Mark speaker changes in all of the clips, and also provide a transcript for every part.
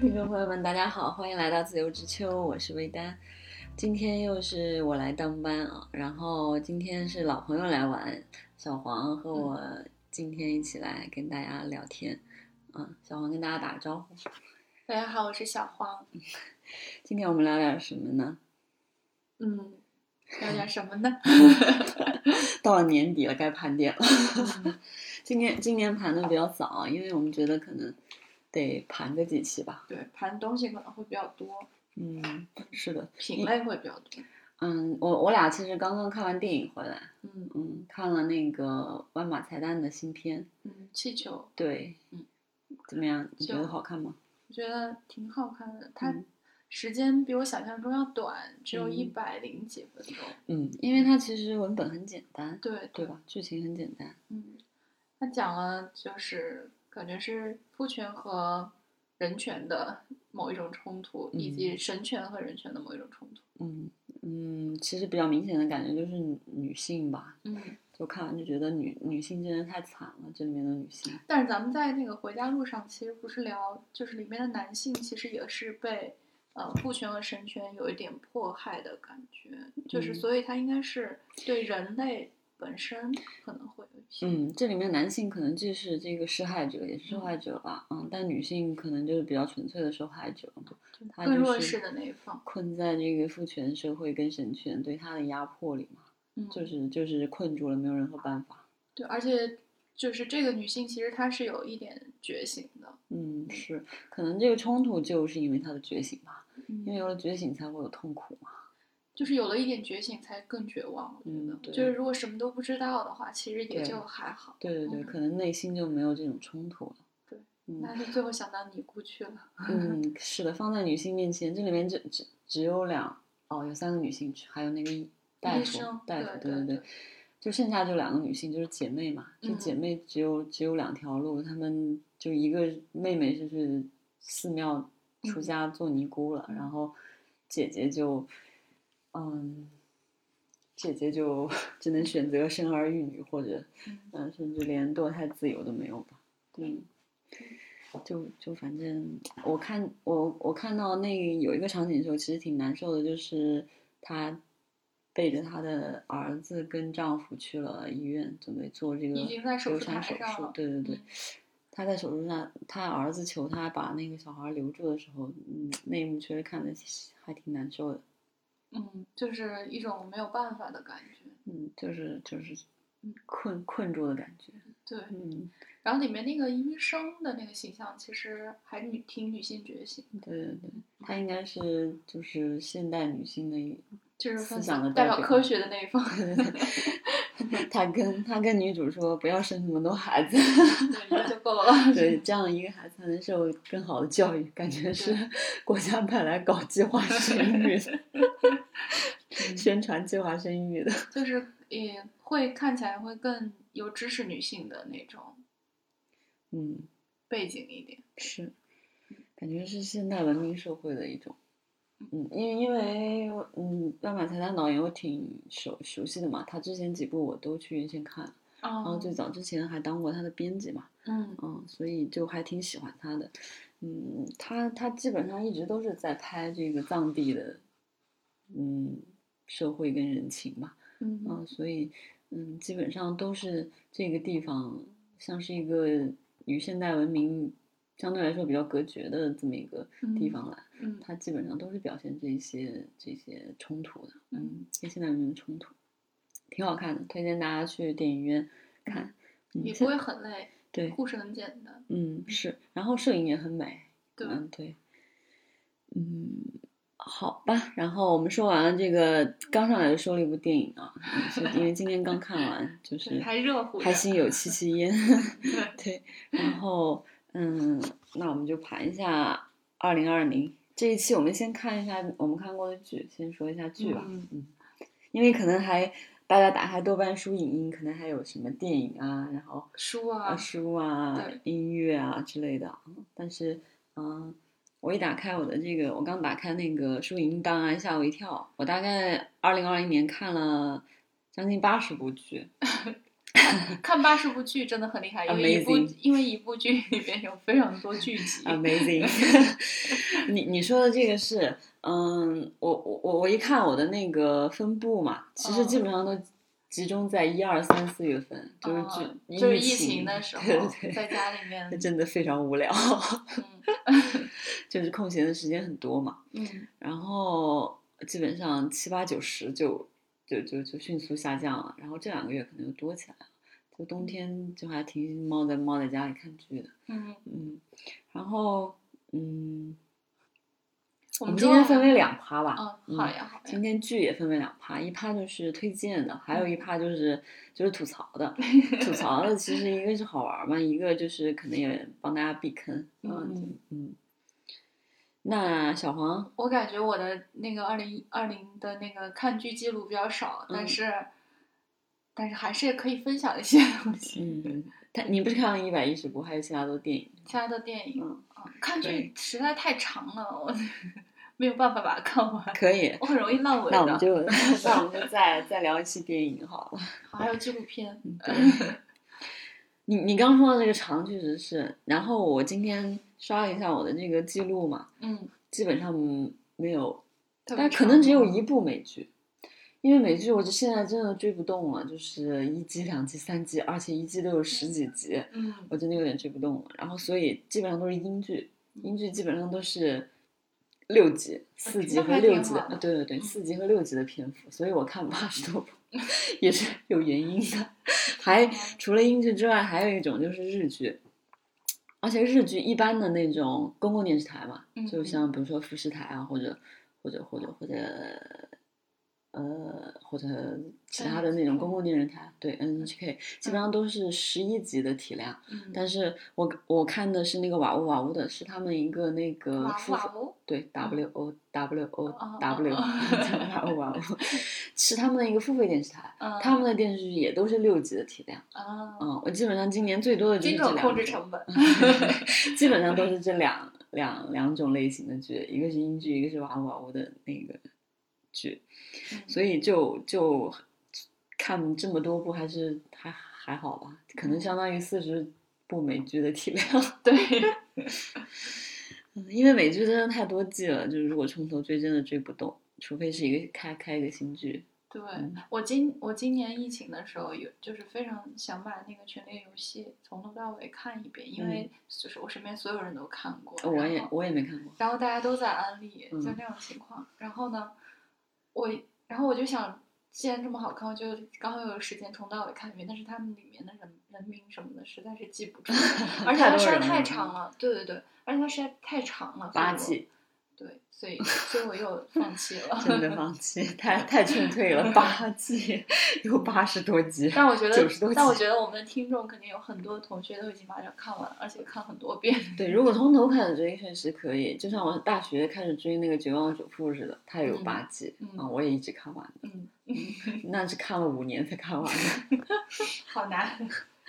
Speaker 1: 听众朋友们，大家好，欢迎来到自由之秋，我是维丹。今天又是我来当班啊，然后今天是老朋友来玩，小黄和我今天一起来跟大家聊天。啊，小黄跟大家打个招呼。
Speaker 2: 大家好，我是小黄。
Speaker 1: 今天我们聊点什么呢？
Speaker 2: 嗯，聊点什么 呢？
Speaker 1: 到了年底了，该盘点了。
Speaker 2: 嗯
Speaker 1: 今年今年盘的比较早，因为我们觉得可能得盘个几期吧。
Speaker 2: 对，盘东西可能会比较多，
Speaker 1: 嗯，是的，
Speaker 2: 品类会比较多。
Speaker 1: 嗯，我我俩其实刚刚看完电影回来，
Speaker 2: 嗯
Speaker 1: 嗯，看了那个万马才旦的新片，
Speaker 2: 嗯，气球
Speaker 1: 对，
Speaker 2: 嗯，
Speaker 1: 怎么样？你
Speaker 2: 就
Speaker 1: 觉得好看吗？
Speaker 2: 我觉得挺好看的，它
Speaker 1: 嗯
Speaker 2: 时间比我想象中要短，只有
Speaker 1: 嗯
Speaker 2: 一百零几分钟。
Speaker 1: 嗯，因为它其实文本很简单，
Speaker 2: 对
Speaker 1: 对，吧？剧情很简单，
Speaker 2: 嗯，它讲了就是感觉是父权和人权的某一种冲突，以
Speaker 1: 嗯
Speaker 2: 及神权和人权的某一种冲突。
Speaker 1: 嗯嗯，其实比较明显的感觉就是女女性吧，
Speaker 2: 嗯，
Speaker 1: 就看完就觉得女女性真的太惨了，这里面的女性，
Speaker 2: 但是咱们在那个回家路上，其实不是聊，就是里面的男性其实也是被呃父权和神权有一点迫害的感觉，就是
Speaker 1: 嗯
Speaker 2: 所以他应该是对人类本身可能会有一些，
Speaker 1: 嗯，这里面男性可能既是这个施害者，也是受害者吧，嗯，但女性可能就是比较纯粹的受害者，
Speaker 2: 就
Speaker 1: 他
Speaker 2: 更
Speaker 1: 就
Speaker 2: 弱
Speaker 1: 是
Speaker 2: 势的那一方，
Speaker 1: 困在这个父权社会跟神权对她的压迫里嘛，
Speaker 2: 嗯，
Speaker 1: 就是就是困住了，没有任何办法。
Speaker 2: 对，而且就是这个女性其实她是有一点觉醒的，
Speaker 1: 嗯，是，可能这个冲突就是因为她的觉醒吧，因为
Speaker 2: 嗯，
Speaker 1: 有了觉醒才会有痛苦嘛。
Speaker 2: 就是有了一点觉醒才更绝望，我觉
Speaker 1: 嗯
Speaker 2: 得，
Speaker 1: 对
Speaker 2: 就是如果什么都不知道的话，其实也
Speaker 1: 对
Speaker 2: 就还好，
Speaker 1: 对对对，
Speaker 2: 嗯
Speaker 1: 可能内心就没有这种冲突了。
Speaker 2: 对，
Speaker 1: 嗯
Speaker 2: 但是最后想到尼姑去了。
Speaker 1: 嗯，是的，放在女性面前，这里面只只只有两哦，有三个女性，还有那个医大夫
Speaker 2: 医生，
Speaker 1: 大
Speaker 2: 对
Speaker 1: 夫，
Speaker 2: 对
Speaker 1: 对
Speaker 2: 对
Speaker 1: 对，就剩下就两个女性，就是姐妹嘛，就姐
Speaker 2: 嗯
Speaker 1: 妹只有只有两条路，她们就一个妹妹是去寺庙出
Speaker 2: 嗯
Speaker 1: 家做尼姑了，然后姐姐就嗯，姐姐就 只能选择生儿育女，或者
Speaker 2: 嗯
Speaker 1: 嗯，甚至连堕胎自由都没有吧。嗯，就就反正我看我我看到那个有一个场景的时候，其实挺难受的，就是她背着她的儿子跟丈夫去了医院，准备做这个
Speaker 2: 已经在手
Speaker 1: 流
Speaker 2: 术
Speaker 1: 产
Speaker 2: 台
Speaker 1: 手
Speaker 2: 上
Speaker 1: 术
Speaker 2: 了。
Speaker 1: 对对对
Speaker 2: 嗯，
Speaker 1: 她在手术上，她儿子求她把那个小孩留住的时候，嗯，那一幕确实看的还挺难受的。
Speaker 2: 嗯，就是一种没有办法的感觉。
Speaker 1: 嗯，就是就是
Speaker 2: 嗯
Speaker 1: 困困住的感觉。
Speaker 2: 对，
Speaker 1: 嗯，
Speaker 2: 然后里面那个医生的那个形象，其实还女挺女性觉醒，
Speaker 1: 对对对，她应该是就是现代女性的一
Speaker 2: 就是
Speaker 1: 思
Speaker 2: 分
Speaker 1: 想的啊
Speaker 2: 代
Speaker 1: 代
Speaker 2: 表
Speaker 1: 表
Speaker 2: 科学的那一 方。
Speaker 1: 他跟他跟女主说不要生那么多孩子，
Speaker 2: 对，一个就够了。
Speaker 1: 对，这样一个孩子才能受更好的教育，感觉是国家派来搞计划生育的宣传计划生育的。
Speaker 2: 就是也会看起来会更有知识女性的那种
Speaker 1: 嗯，
Speaker 2: 背景一点。
Speaker 1: 是，感觉是现代文明社会的一种。嗯，因为因为嗯，万马才旦导演我挺熟熟悉的嘛，他之前几部我都去院线看，然后
Speaker 2: 哦
Speaker 1: 最早之前还当过他的编辑嘛，
Speaker 2: 嗯
Speaker 1: 嗯，所以就还挺喜欢他的。嗯，他他基本上一直都是在拍这个藏地的，嗯，社会跟人情吧。
Speaker 2: 嗯
Speaker 1: 嗯，所以嗯，基本上都是这个地方像是一个与现代文明相对来说比较隔绝的这么一个地
Speaker 2: 嗯
Speaker 1: 方来，
Speaker 2: 嗯，
Speaker 1: 它基本上都是表现这些这些冲突的，
Speaker 2: 嗯，
Speaker 1: 跟现代文明的冲突，挺好看的，推荐大家去电影院看。嗯
Speaker 2: 也
Speaker 1: 现
Speaker 2: 不会很累，
Speaker 1: 对，
Speaker 2: 故事很简单。
Speaker 1: 嗯，是，然后摄影也很美，
Speaker 2: 对，
Speaker 1: 嗯，对，嗯，好吧，然后我们说完了这个，刚上来就说了一部电影啊，嗯是因为今天刚看完，就
Speaker 2: 对
Speaker 1: 是
Speaker 2: 还热乎着。
Speaker 1: 还心有戚戚焉，
Speaker 2: 对，
Speaker 1: 对，然后嗯，那我们就盘一下二零二零这一期，我们先看一下我们看过的剧，先说一下剧吧，
Speaker 2: 嗯
Speaker 1: 嗯，因为可能还大家打开豆瓣书影音，可能还有什么电影啊，然后。
Speaker 2: 书
Speaker 1: 啊
Speaker 2: 啊，
Speaker 1: 书啊
Speaker 2: 对、
Speaker 1: 音乐啊之类的。但是，嗯，我一打开我的这个，我刚打开那个书影档案，吓我一 跳。我大概二零二零年看了将近八十部剧，
Speaker 2: 看八十部剧真的很厉害， 因为一部
Speaker 1: Amazing
Speaker 2: 因为一部剧里边有非常多剧集。
Speaker 1: Amazing，你你说的这个是，嗯，我我我我一看我的那个分布嘛，其实
Speaker 2: 嗯
Speaker 1: 基本上都集中在一二三四月份，就是
Speaker 2: 啊
Speaker 1: 就
Speaker 2: 就是
Speaker 1: 疫
Speaker 2: 疫情的时候
Speaker 1: 对对，
Speaker 2: 在
Speaker 1: 对，
Speaker 2: 家里面
Speaker 1: 那，真的非常无聊，
Speaker 2: 嗯
Speaker 1: 就是空闲的时间很多嘛，
Speaker 2: 嗯
Speaker 1: 然后基本上七八九十就就就就迅速下降了，然后这两个月可能又多起来了，就冬天就还挺猫在猫在家里看剧的，
Speaker 2: 嗯，
Speaker 1: 嗯，然后嗯。
Speaker 2: 我
Speaker 1: 我们
Speaker 2: 们
Speaker 1: 今
Speaker 2: 之
Speaker 1: 天
Speaker 2: 后
Speaker 1: 分为，两趴吧。
Speaker 2: 嗯，好呀好呀
Speaker 1: 今，天剧也分为两趴，一趴就是推荐的，还有一趴就是就是吐槽的。吐槽的其实一个是好玩儿嘛，一个就是可能也帮大家避坑。
Speaker 2: 嗯
Speaker 1: 嗯。那小黄，
Speaker 2: 我感觉我的那个二零二零的那个看剧记录比较少，但
Speaker 1: 嗯
Speaker 2: 是但是还是可以分享一些东西。
Speaker 1: 嗯，他你不是看了一百一十部，还有其他的电影？
Speaker 2: 其他的电影
Speaker 1: 嗯，
Speaker 2: 啊，看剧
Speaker 1: 对
Speaker 2: 实在太长了，我 没有办法把它看完，
Speaker 1: 可以。
Speaker 2: 啊我很容易烂尾
Speaker 1: 那我们
Speaker 2: 的。
Speaker 1: 就那我们就再再聊一期电影好了。
Speaker 2: 好还有纪录片，
Speaker 1: 嗯你你刚说的这个长确实是，然后我今天刷了一下我的这个记录嘛，
Speaker 2: 嗯，
Speaker 1: 基本上没有
Speaker 2: 特别
Speaker 1: 但可能只有
Speaker 2: 长嗯
Speaker 1: 一部美剧，因为美剧我就现在真的追不动了，就是一季、两季、三季，而且一季都有十几集，
Speaker 2: 嗯
Speaker 1: 我真的有点追不动了。然后所以基本上都是英剧，英剧基本上都是六集、四集
Speaker 2: 啊那
Speaker 1: 和
Speaker 2: 还
Speaker 1: 六
Speaker 2: 挺
Speaker 1: 集的，
Speaker 2: 好的
Speaker 1: 啊对对对，
Speaker 2: 嗯
Speaker 1: 四集和六集的篇幅，所以我看八十 多部也是有原因的。还
Speaker 2: 哦
Speaker 1: 除了英剧之外，还有一种就是日剧。而且日剧一般的那种公共电视台嘛，
Speaker 2: 嗯
Speaker 1: 就像比如说富士台啊，或者或者或者或者呃或者其他的那种公共电视台，对 NHK，基本上都是十一集的体量。
Speaker 2: 嗯，
Speaker 1: 但是我我看的是那个瓦乌瓦乌哦的，是他们一个那个
Speaker 2: 瓦
Speaker 1: 复
Speaker 2: 瓦乌，
Speaker 1: 对 W O W O
Speaker 2: 嗯哦
Speaker 1: W 瓦乌瓦乌，是他们的一个付费电视台，
Speaker 2: 嗯
Speaker 1: 他们的电视剧也都是六集的体量。
Speaker 2: 啊，
Speaker 1: 嗯，我基本上今年最多的就是
Speaker 2: 精
Speaker 1: 这两嗯
Speaker 2: 准控
Speaker 1: 种
Speaker 2: 制成本，
Speaker 1: 基本上都是这两两两种类型的剧，一个是英剧，一个是娃娃屋的那个剧，
Speaker 2: 嗯
Speaker 1: 所以就就看这么多部还是还还好吧，可能相当于四十部美剧的体量，
Speaker 2: 对，
Speaker 1: 嗯因为美剧真的太多季了，就是如果从头追真的追不动，除非是一个开开一个新剧，
Speaker 2: 对
Speaker 1: 嗯
Speaker 2: 我今我今年疫情的时候有就是非常想把那个《权力游戏》从头到尾看一遍，因为就是我身边所有人都看过，
Speaker 1: 嗯哦我
Speaker 2: 然
Speaker 1: 也
Speaker 2: 后
Speaker 1: 我也没看过，
Speaker 2: 然后大家都在安利，就
Speaker 1: 嗯
Speaker 2: 那种情况。然后呢，我然后我就想，既然这么好看，我就刚好有时间从头到尾看一遍。但是他们里面的人人名什么的，实在是记不 住，而且
Speaker 1: 太
Speaker 2: 它
Speaker 1: 多
Speaker 2: 实在
Speaker 1: 人
Speaker 2: 太
Speaker 1: 了
Speaker 2: 长了。对对对，而且它实在太长了，所以
Speaker 1: 八
Speaker 2: 我。
Speaker 1: 季。
Speaker 2: 对，所以所以我又放弃了
Speaker 1: 真的放弃，太太劝退了，八季有八十多集，
Speaker 2: 但我觉得
Speaker 1: 90多，
Speaker 2: 但我
Speaker 1: 集
Speaker 2: 觉得我们的听众肯定有很多同学都已经把这看完，而且看很多遍。
Speaker 1: 对，如果从头开始追，确实可以。就像我大学开始追那个《绝望主妇》似的，它也有
Speaker 2: 嗯
Speaker 1: 八季
Speaker 2: 嗯
Speaker 1: 啊，我也一直看完的，
Speaker 2: 嗯，
Speaker 1: 那是看了五年才看完的。
Speaker 2: 好难。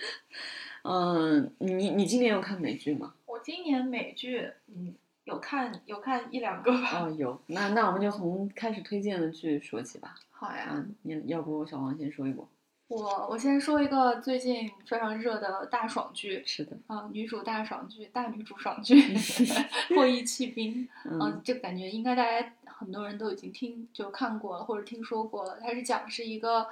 Speaker 1: 嗯，你你今年有看美剧吗？
Speaker 2: 我今年美剧，嗯，有看有看一两个吧。
Speaker 1: 哦，有。那那我们就从开始推荐的剧说起吧。
Speaker 2: 好呀，
Speaker 1: 嗯，你要不小王先说一波？
Speaker 2: 我我先说一个最近非常热的大爽剧
Speaker 1: 是的，
Speaker 2: 啊、女主大爽剧，大女主 爽剧，后羿弃兵。
Speaker 1: 嗯
Speaker 2: 嗯，这个感觉应该大家很多人都已经听就看过了，或者听说过了。它是讲是一个，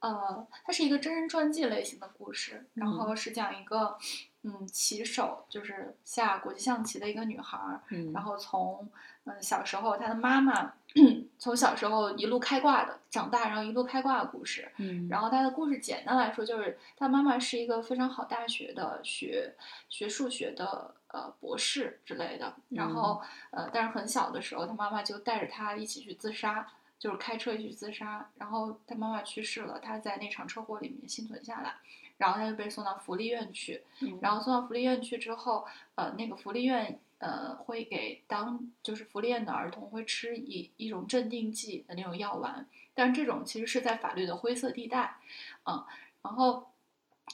Speaker 2: 呃，它是一个真人传记类型的故事，然
Speaker 1: 嗯
Speaker 2: 后是讲一个，嗯，棋手就是下国际象棋的一个女孩儿，
Speaker 1: 嗯，
Speaker 2: 然后从嗯小时候她的妈妈 从小时候一路开挂的，长大然后一路开挂的故事，
Speaker 1: 嗯，
Speaker 2: 然后他的故事简单来说，就是他妈妈是一个非常好大学的学学数学的呃博士之类的，然后、呃，但是很小的时候，他妈妈就带着他一起去自杀，就是开车去自杀，然后他妈妈去世了，他在那场车祸里面幸存下来，然后他就被送到福利院去，
Speaker 1: 嗯
Speaker 2: 然后送到福利院去之后，呃，那个福利院呃会给当就是福利院的儿童会吃一一种镇定剂的那种药丸，但这种其实是在法律的灰色地带，嗯、然后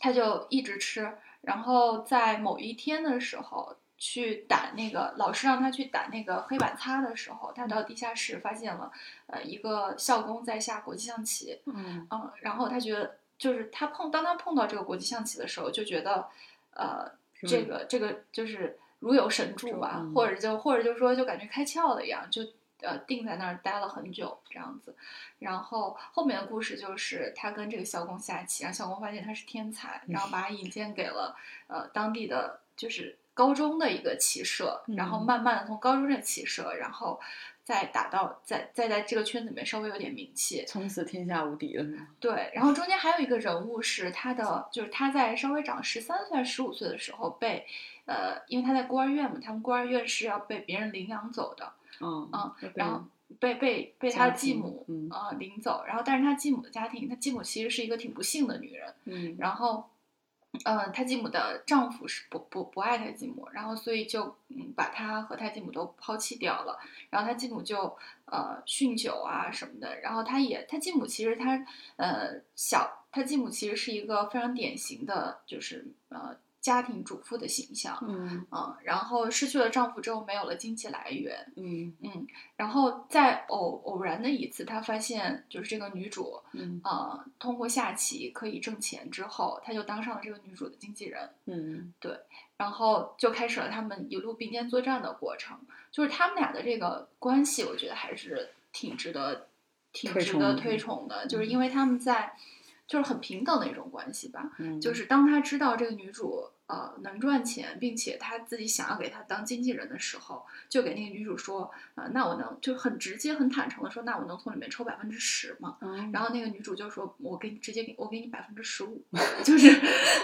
Speaker 2: 他就一直吃，然后在某一天的时候。去打那个老师让他去打那个黑板擦的时候，他到地下室发现了，呃，一个校工在下国际象棋，
Speaker 1: 嗯
Speaker 2: 嗯，然后他觉得就是他碰当他碰到这个国际象棋的时候，就觉得呃，
Speaker 1: 嗯
Speaker 2: 这个这个就是如有神助吧，
Speaker 1: 嗯
Speaker 2: 或者就或者就说就感觉开窍了一样，就呃定在那儿待了很久这样子。然后后面的故事就是他跟这个校工下棋，然后校工发现他是天才，
Speaker 1: 嗯
Speaker 2: 然后把他引荐给了呃当地的就是高中的一个棋社，然后
Speaker 1: 嗯
Speaker 2: 慢慢的从高中的棋社，然后再打到再再在这个圈子里面稍微有点名气，
Speaker 1: 从此天下无敌了。
Speaker 2: 对，然后中间还有一个人物是他的，就是他在稍微长十三岁、还是十五岁的时候被，呃，因为他在孤儿院嘛，他们孤儿院是要被别人领养走的，
Speaker 1: 嗯
Speaker 2: 嗯，
Speaker 1: 就被
Speaker 2: 然后被被被
Speaker 1: 家
Speaker 2: 他的继
Speaker 1: 庭
Speaker 2: 母
Speaker 1: 嗯
Speaker 2: 呃领走，然后但是他继母的家庭，他继母其实是一个挺不幸的女人，
Speaker 1: 嗯
Speaker 2: 然后，呃，他继母的丈夫是不不不爱他继母，然后所以就嗯把他和他继母都抛弃掉了，然后他继母就呃酗酒啊什么的，然后他也他继母其实他呃小他继母其实是一个非常典型的就是呃家庭主妇的形象，
Speaker 1: 嗯
Speaker 2: 嗯，然后失去了丈夫之后没有了经济来源，
Speaker 1: 嗯
Speaker 2: 嗯，然后在偶偶然的一次，她发现就是这个女主，
Speaker 1: 嗯
Speaker 2: 呃，通过下棋可以挣钱之后，她就当上了这个女主的经纪人，
Speaker 1: 嗯
Speaker 2: 然后就开始了他们一路并肩作战的过程。就是他们俩的这个关系，我觉得还是挺值得、挺
Speaker 1: 推
Speaker 2: 值
Speaker 1: 崇
Speaker 2: 得
Speaker 1: 的嗯
Speaker 2: 推崇的，就是因为他们在就是很平等的一种关系吧。
Speaker 1: 嗯，
Speaker 2: 就是当他知道这个女主呃能赚钱，并且他自己想要给她当经纪人的时候，就给那个女主说，呃，那我能就很直接、很坦诚的说，那我能从里面抽百分之十吗？
Speaker 1: 嗯，
Speaker 2: 然后那个女主就说，我给你直接给我给你百分之十五，就是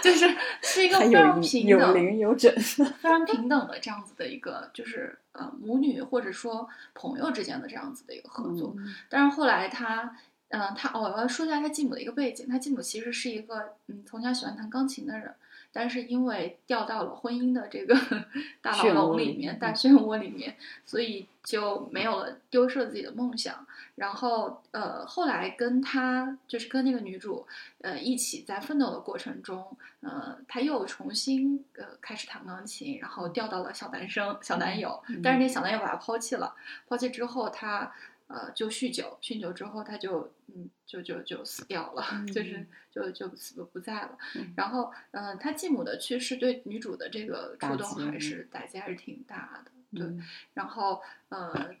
Speaker 2: 就是是一个
Speaker 1: 还
Speaker 2: 非
Speaker 1: 有
Speaker 2: 常
Speaker 1: 零
Speaker 2: 平
Speaker 1: 有
Speaker 2: 等、
Speaker 1: 零有整，
Speaker 2: 非常平等的这样子的一个就是呃母女或者说朋友之间的这样子的一个合
Speaker 1: 嗯
Speaker 2: 作。但是后来他，嗯、他哦，我要说一下他继母的一个背景。他继母其实是一个，嗯，从小喜欢弹钢琴的人，但是因为掉到了婚姻的这个 大
Speaker 1: 漩涡
Speaker 2: 牢笼
Speaker 1: 里
Speaker 2: 里面、
Speaker 1: 嗯
Speaker 2: 大漩涡里面，所以就没有了丢失了自己的梦想。然后，呃，后来跟他就是跟那个女主，呃，一起在奋斗的过程中，呃，他又重新呃开始弹钢琴，然后调到了小男生、小男友，
Speaker 1: 嗯
Speaker 2: 但是那小男友把他抛弃了，抛弃之后他呃就酗酒，酗酒之后他就嗯就就就死掉了，就是就就死不不在了。
Speaker 1: 嗯
Speaker 2: 然后嗯、呃他继母的去世对女主的这个
Speaker 1: 打
Speaker 2: 触动
Speaker 1: 击嗯
Speaker 2: 还是打击还是挺大的，对。然后呃，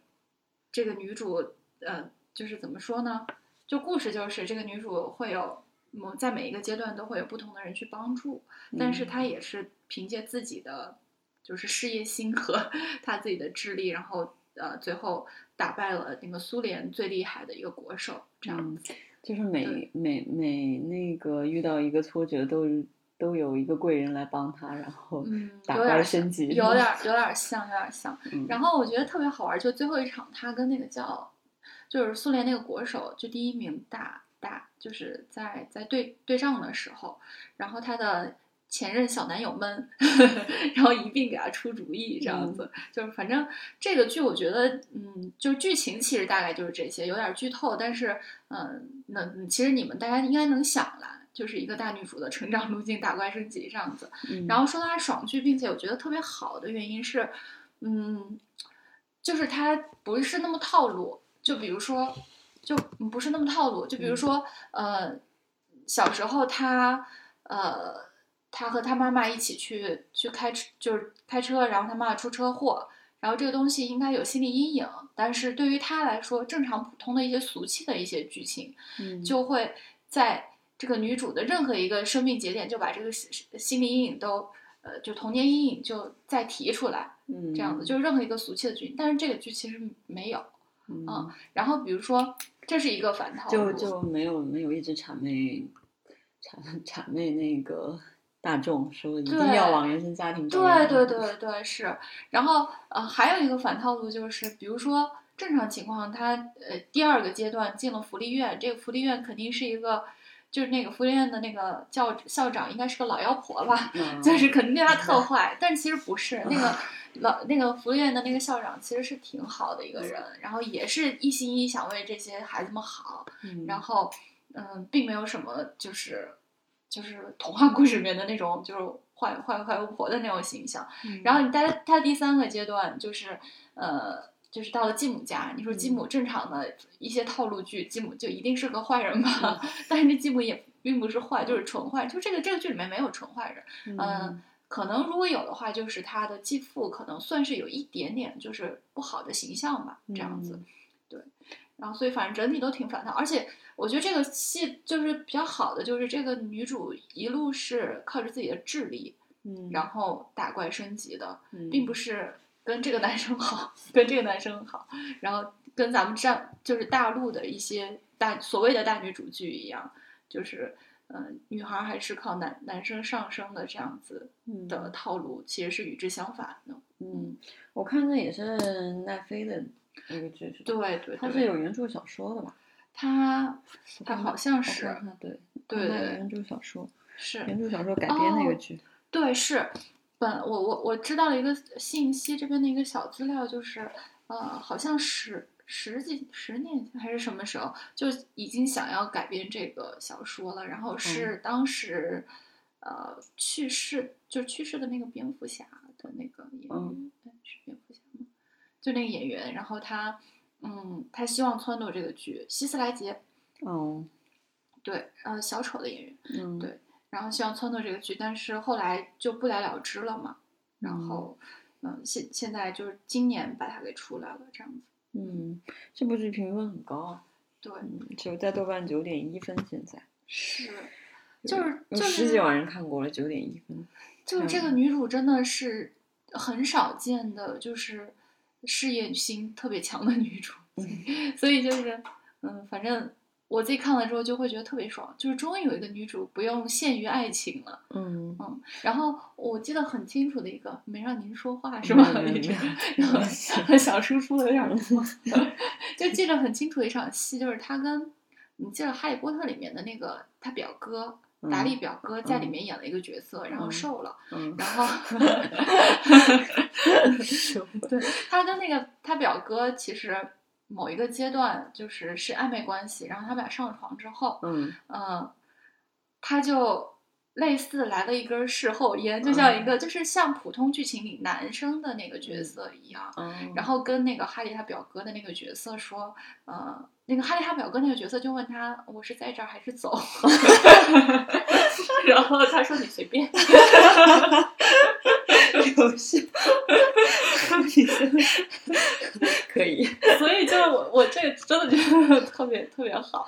Speaker 2: 这个女主呃，就是怎么说呢？就故事就是这个女主会有，嗯，在每一个阶段都会有不同的人去帮助，但是
Speaker 1: 嗯
Speaker 2: 她也是凭借自己的就是事业心和 她自己的智力，然后呃，最后打败了那个苏联最厉害的一个国手，这样
Speaker 1: 嗯
Speaker 2: 子。
Speaker 1: 就是每
Speaker 2: 对
Speaker 1: 每每那个遇到一个挫折都都有一个贵人来帮他，然后
Speaker 2: 嗯，
Speaker 1: 打
Speaker 2: 有
Speaker 1: 怪
Speaker 2: 点像
Speaker 1: 升级，
Speaker 2: 有点儿有点儿像，有点儿像。
Speaker 1: 嗯，
Speaker 2: 然后我觉得特别好玩儿，就最后一场他跟那个叫，就是苏联那个国手，就第一名打打，就是在在对对仗的时候，然后他的前任小男友们， 然后一并给他出主意，这样子，就是反正这个剧我觉得，嗯，就剧情其实大概就是这些，有点剧透，但是嗯，那其实你们大家应该能想来。就是一个大女主的成长路径，打怪升级这样子，
Speaker 1: 嗯
Speaker 2: 然后说它爽剧，并且我觉得特别好的原因是，嗯，就是它不是那么套路。就比如说，就不是那么套路。就比如说，呃，小时候他，呃，他和他妈妈一起去去开车，就是开车，然后他妈妈出车祸，然后这个东西应该有心理阴影，但是对于他来说，正常普通的一些俗气的一些剧情，
Speaker 1: 嗯
Speaker 2: 就会在这个女主的任何一个生命节点，就把这个心心理阴影都，呃，就童年阴影就再提出来，这样子，就是任何一个俗气的剧，但是这个剧其实没有。
Speaker 1: 嗯
Speaker 2: 嗯然后比如说，这是一个反套
Speaker 1: 就
Speaker 2: 路，
Speaker 1: 就没有没有一直谄媚谄谄媚那个大众，说一定
Speaker 2: 对
Speaker 1: 要往原生家庭照
Speaker 2: 对
Speaker 1: 样
Speaker 2: 对，对对是。然后呃，还有一个反套路就是，比如说正常情况，他呃第二个阶段进了福利院，这个福利院肯定是一个。就是那个福利院的那个教校长，应该是个老妖婆吧？
Speaker 1: 嗯啊
Speaker 2: 就是肯定对他特坏，但其实不是那个老那个福利院的那个校长其实是挺好的一个人，然后也是一心一意想为这些孩子们好，
Speaker 1: 嗯
Speaker 2: 然后嗯，并没有什么就是就是童话故事里面的那种就是坏
Speaker 1: 嗯
Speaker 2: 坏坏巫婆的那种形象。然后你待到他第三个阶段就是呃。就是到了继母家，你说继
Speaker 1: 嗯
Speaker 2: 母正常的一些套路剧，继母就一定是个
Speaker 1: 嗯
Speaker 2: 坏人吧？ 但是这继母也并不是坏，就是纯坏。就这个这个剧里面没有纯坏人，嗯，可能如果有的话，就是他的继父可能算是有一点点就是不好的形象吧，这样
Speaker 1: 嗯
Speaker 2: 子。对，然后所以反正整体都挺反套，而且我觉得这个戏就是比较好的，就是这个女主一路是靠着自己的智力，
Speaker 1: 嗯，
Speaker 2: 然后打怪升级的，
Speaker 1: 嗯
Speaker 2: 并不是跟这个男生好， 跟这个男生好，然后跟咱们站就是大陆的一些大所谓的大女主剧一样，就是嗯、呃女孩还是靠男男生上升的这样子
Speaker 1: 嗯
Speaker 2: 的套路，其实是与之相反的。
Speaker 1: 嗯，我看这也是奈飞的一个剧，是吧，
Speaker 2: 对对，
Speaker 1: 它
Speaker 2: 对
Speaker 1: 是有原著小说的吧？
Speaker 2: 他
Speaker 1: 我
Speaker 2: 他
Speaker 1: 看
Speaker 2: 好嗯
Speaker 1: 它
Speaker 2: 像
Speaker 1: 我
Speaker 2: 是
Speaker 1: 看它对看
Speaker 2: 对
Speaker 1: 它有
Speaker 2: 对
Speaker 1: 原著小说，
Speaker 2: 是
Speaker 1: 原著小说改编的一个
Speaker 2: 哦
Speaker 1: 剧，
Speaker 2: 对是本我我我知道了一个信息，这边的一个小资料就是呃，好像十十几十年前还是什么时候就已经想要改编这个小说了，然后是当时、呃去世就是去世的那个蝙蝠侠的那个演员，
Speaker 1: 嗯
Speaker 2: 哎是蝙蝠侠吗？就那个演员，然后他嗯他希望撺掇这个剧，希斯莱杰
Speaker 1: 哦，
Speaker 2: 对呃小丑的演员。
Speaker 1: 嗯，
Speaker 2: 对然后希望撺掇这个剧，但是后来就不了了之了嘛。然
Speaker 1: 嗯
Speaker 2: 后，嗯，现现在就是今年把它给出来了，这样子。
Speaker 1: 嗯，这部剧评分很高啊，
Speaker 2: 对，
Speaker 1: 嗯，只有在豆瓣九点一分，现在
Speaker 2: 是，
Speaker 1: 有
Speaker 2: 就是
Speaker 1: 有
Speaker 2: 就
Speaker 1: 十几万
Speaker 2: 是
Speaker 1: 人看过了，九点一分，
Speaker 2: 就是这个女主真的是很少见的，就是事业心特别强的女主，所以就是，嗯，反正我自己看了之后就会觉得特别爽，就是终于有一个女主不用限于爱情了。
Speaker 1: 嗯，
Speaker 2: 然后我记得很清楚的一个，没让您说话是吧？
Speaker 1: 没有没有
Speaker 2: 一直
Speaker 1: 没有没
Speaker 2: 小叔叔有点多，就记得很清楚的一场戏，就是他跟你记得《哈利波特》里面的那个他表哥。达利表哥在里
Speaker 1: 嗯
Speaker 2: 面演了一个角色，然后
Speaker 1: 嗯
Speaker 2: 瘦了，
Speaker 1: 嗯，
Speaker 2: 然后 对他跟那个他表哥其实某一个阶段就是是暧昧关系，然后他们俩上床之后，
Speaker 1: 嗯，
Speaker 2: 嗯，他就类似来了一根事后烟，就像一个、就是像普通剧情里男生的那个角色一样，
Speaker 1: 哦
Speaker 2: 然后跟那个哈利他表哥的那个角色说，呃，那个哈利他表哥那个角色就问他，我是在这儿还是走？ 然后他说你随便，
Speaker 1: 游戏，你真的 可以，
Speaker 2: 所以就是我我这个真的觉得特别特别好，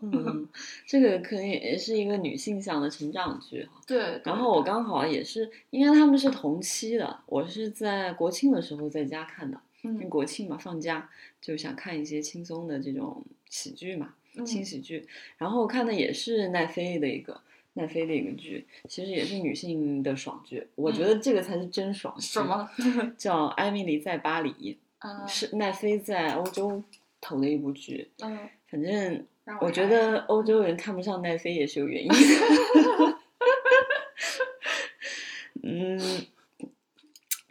Speaker 1: 嗯，这个可以也是一个女性向的成长剧哈。
Speaker 2: 对，
Speaker 1: 然后我刚好也是，因为他们是同期的，我是在国庆的时候在家看的，因为
Speaker 2: 嗯
Speaker 1: 国庆嘛放假就想看一些轻松的这种喜剧嘛，
Speaker 2: 嗯
Speaker 1: 轻喜剧。然后看的也是奈飞的一个奈飞的一个剧，其实也是女性的爽剧，我觉
Speaker 2: 嗯
Speaker 1: 得这个才是真爽剧。
Speaker 2: 什么？
Speaker 1: 叫《艾米丽在巴黎
Speaker 2: 嗯》，
Speaker 1: 是奈飞在欧洲投的一部剧。
Speaker 2: 嗯，
Speaker 1: 反正
Speaker 2: 让
Speaker 1: 我觉
Speaker 2: 查一
Speaker 1: 得
Speaker 2: 下
Speaker 1: 欧洲人看不上奈飞也是有原因的。 嗯，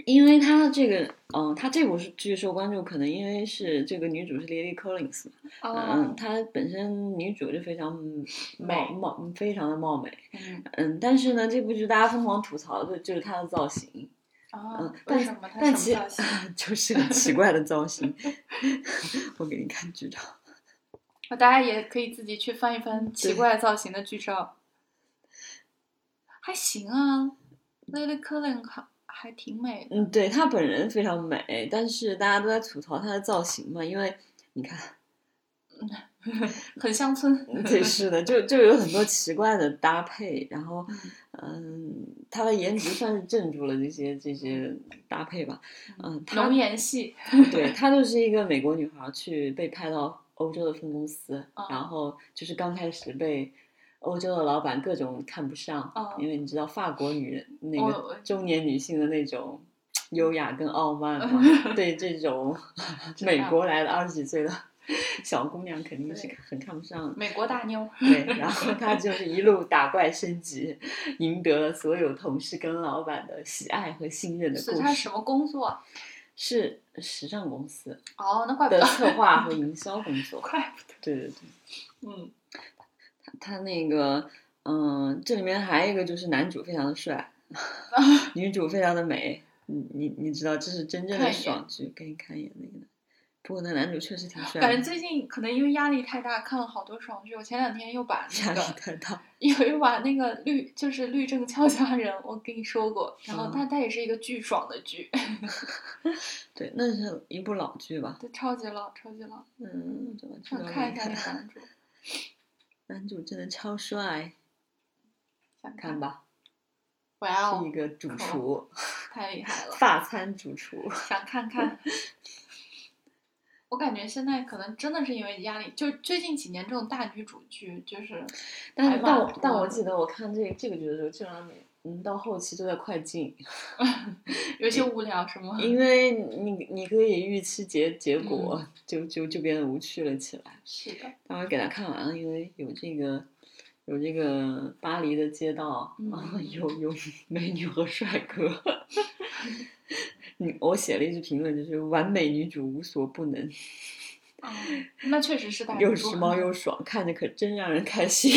Speaker 1: 因为他这个，嗯，他这部剧受关注，可能因为是这个女主是 Lily Collins，嘛嗯，
Speaker 2: 哦，
Speaker 1: 她本身女主就非常貌
Speaker 2: 美
Speaker 1: 貌，非常的貌美，
Speaker 2: 嗯
Speaker 1: 嗯，但是呢，这部剧大家疯狂吐槽的就是她的造型，
Speaker 2: 哦
Speaker 1: 嗯，
Speaker 2: 为
Speaker 1: 但
Speaker 2: 什么他
Speaker 1: 但
Speaker 2: 什
Speaker 1: 其
Speaker 2: 么 造型？
Speaker 1: 就是个奇怪的造型。 我给你看剧照，
Speaker 2: 那大家也可以自己去翻一翻奇怪造型的剧照，还行啊。Lily Collin 还还挺美的，
Speaker 1: 嗯，对她本人非常美，但是大家都在吐槽她的造型嘛，因为你 看，
Speaker 2: 很乡村。
Speaker 1: 对，是的，就就有很多奇怪的搭配，然后，嗯，她的颜值算是镇住了这些这些搭配吧，嗯，她
Speaker 2: 浓颜系，
Speaker 1: 对她就是一个美国女孩去被派到欧洲的分公司，
Speaker 2: 哦
Speaker 1: 然后就是刚开始被欧洲的老板各种看不上，
Speaker 2: 哦
Speaker 1: 因为你知道法国女人那
Speaker 2: 我我
Speaker 1: 个中年女性的那种优雅跟傲慢 嘛，对这种美国来的二十几岁的 小姑娘肯定是
Speaker 2: 对
Speaker 1: 很看不上的。
Speaker 2: 美国大妞。
Speaker 1: 对，然后她就是一路打怪升级，赢得了所有同事跟老板的喜爱和信任的
Speaker 2: 是
Speaker 1: 故
Speaker 2: 她
Speaker 1: 事。
Speaker 2: 什么工作？啊
Speaker 1: 是时尚公司
Speaker 2: 哦，那怪不
Speaker 1: 的
Speaker 2: 得，
Speaker 1: 策划和营销工作。
Speaker 2: 怪不
Speaker 1: 对对对，
Speaker 2: 得。嗯，
Speaker 1: 他那个，嗯，这里面还有一个就是男主非常的 帅，女主非常的美。你你你知道，这是真正的
Speaker 2: 看一眼
Speaker 1: 爽剧，给你看一眼那个男，不过那男主确实挺帅的，
Speaker 2: 感觉最近可能因为压力太大，看了好多爽剧。我前两天又把
Speaker 1: 压 力
Speaker 2: 那个
Speaker 1: 太大。
Speaker 2: 有一把那个律就是律政俏佳人，我跟你说过，然后
Speaker 1: 嗯
Speaker 2: 它它也是一个巨爽的剧，
Speaker 1: 对，那是一部老剧吧？
Speaker 2: 对，超级老，超级老，
Speaker 1: 嗯，怎么去
Speaker 2: 想
Speaker 1: 都没
Speaker 2: 看一下那个
Speaker 1: 看
Speaker 2: 男主，
Speaker 1: 男主真的超帅，
Speaker 2: 想
Speaker 1: 看
Speaker 2: 吧，
Speaker 1: 吧，
Speaker 2: 哇哦
Speaker 1: 是一，个主
Speaker 2: 好
Speaker 1: 厨，
Speaker 2: 太厉害了。
Speaker 1: 法餐主厨。
Speaker 2: 想看看。我感觉现在可能真的是因为压力，就最近几年这种大女主剧，就是
Speaker 1: 但是
Speaker 2: 还
Speaker 1: 但
Speaker 2: 蛮
Speaker 1: 我但
Speaker 2: 多
Speaker 1: 我
Speaker 2: 的
Speaker 1: 记得我看这这个剧的时候，基本上每嗯到后期都在快进，
Speaker 2: 有些无聊，什么
Speaker 1: 因为你你可以预期结结果，就就就变得无趣了起来。
Speaker 2: 是的，
Speaker 1: 但我给他看完了，因为有这个有这个巴黎的街道，
Speaker 2: 嗯
Speaker 1: 然后有有美女和帅哥。你我写了一句评论，就是完美女主无所不能，
Speaker 2: 嗯，那确实是大
Speaker 1: 又
Speaker 2: 女主
Speaker 1: 时
Speaker 2: 很
Speaker 1: 髦
Speaker 2: 难
Speaker 1: 又爽，看着可真让人开心。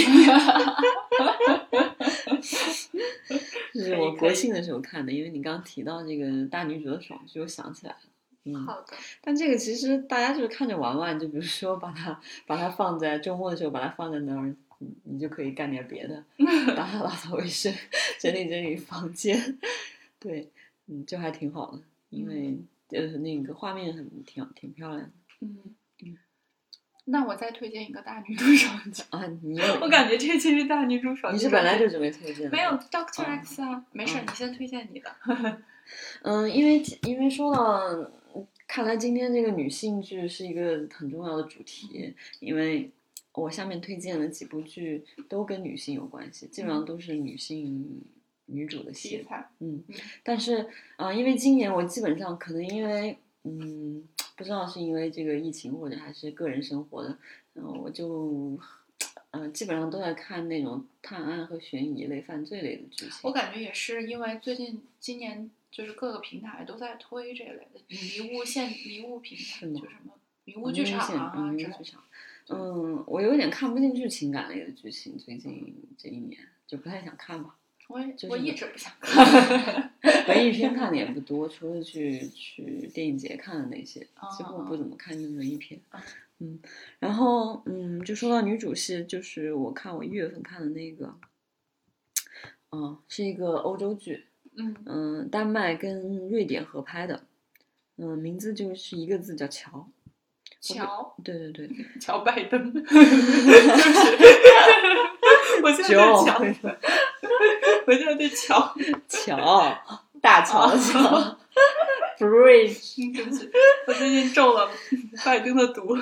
Speaker 1: 这是
Speaker 2: 可以
Speaker 1: 我
Speaker 2: 可
Speaker 1: 国
Speaker 2: 以
Speaker 1: 庆的时候看的，因为你刚提到这个大女主的爽剧，我想起来了。嗯，
Speaker 2: 好的，
Speaker 1: 但这个其实大家就是看着玩玩，就比如说把它把它放在周末的时候把它放在那儿，你你就可以干点别的，打扫打扫卫生，整理整理房间，对，嗯，就还挺好的，因为呃那个画面很挺挺漂亮的
Speaker 2: 嗯
Speaker 1: 嗯。
Speaker 2: 那我再推荐一个大女主爽剧，
Speaker 1: 啊。你又
Speaker 2: 我感觉这期是大女主爽剧。
Speaker 1: 你是本来就准备推荐的
Speaker 2: 没有 Doctor
Speaker 1: 嗯
Speaker 2: X 啊？没事，
Speaker 1: 嗯
Speaker 2: 你先推荐你的。
Speaker 1: 嗯，因为因为说到，看来今天这个女性剧是一个很重要的主题，因为我下面推荐的几部剧都跟女性有关系，基本上都是女性女主的
Speaker 2: 题
Speaker 1: 戏。
Speaker 2: 材，
Speaker 1: 嗯
Speaker 2: 嗯，
Speaker 1: 但是啊、呃因为今年我基本上可能因为嗯，不知道是因为这个疫情或者还是个人生活的，然后我就。嗯、基本上都在看那种探案和悬疑类、犯罪类的剧情。
Speaker 2: 我感觉也是因为最近今年就是各个平台都在推这类的迷雾现迷雾平台，
Speaker 1: 吗
Speaker 2: 就什么迷雾剧场啊
Speaker 1: 嗯
Speaker 2: 之类
Speaker 1: 剧场
Speaker 2: 的。。
Speaker 1: 嗯，我有点看不进去情感类的剧情，最近这一年就不太想看吧。
Speaker 2: 我也
Speaker 1: 就是
Speaker 2: 我
Speaker 1: 那
Speaker 2: 一
Speaker 1: 个
Speaker 2: 直不想看。
Speaker 1: 文艺片看的也不多，除了去去电影节看的那些，几
Speaker 2: 嗯
Speaker 1: 乎不怎么看文艺片
Speaker 2: 啊。
Speaker 1: 嗯，然后嗯，就说到女主戏，就是我看我一月份看的那个，嗯、是一个欧洲剧，
Speaker 2: 嗯
Speaker 1: 嗯、丹麦跟瑞典合拍的，嗯、名字就是一个字叫乔。
Speaker 2: 乔
Speaker 1: 对对对，
Speaker 2: 乔拜登，对不起我现在在
Speaker 1: 乔
Speaker 2: 乔， 我现在在乔，
Speaker 1: 乔，大乔乔哦 ，bridge。
Speaker 2: 嗯对不起，我最近中了拜登的毒。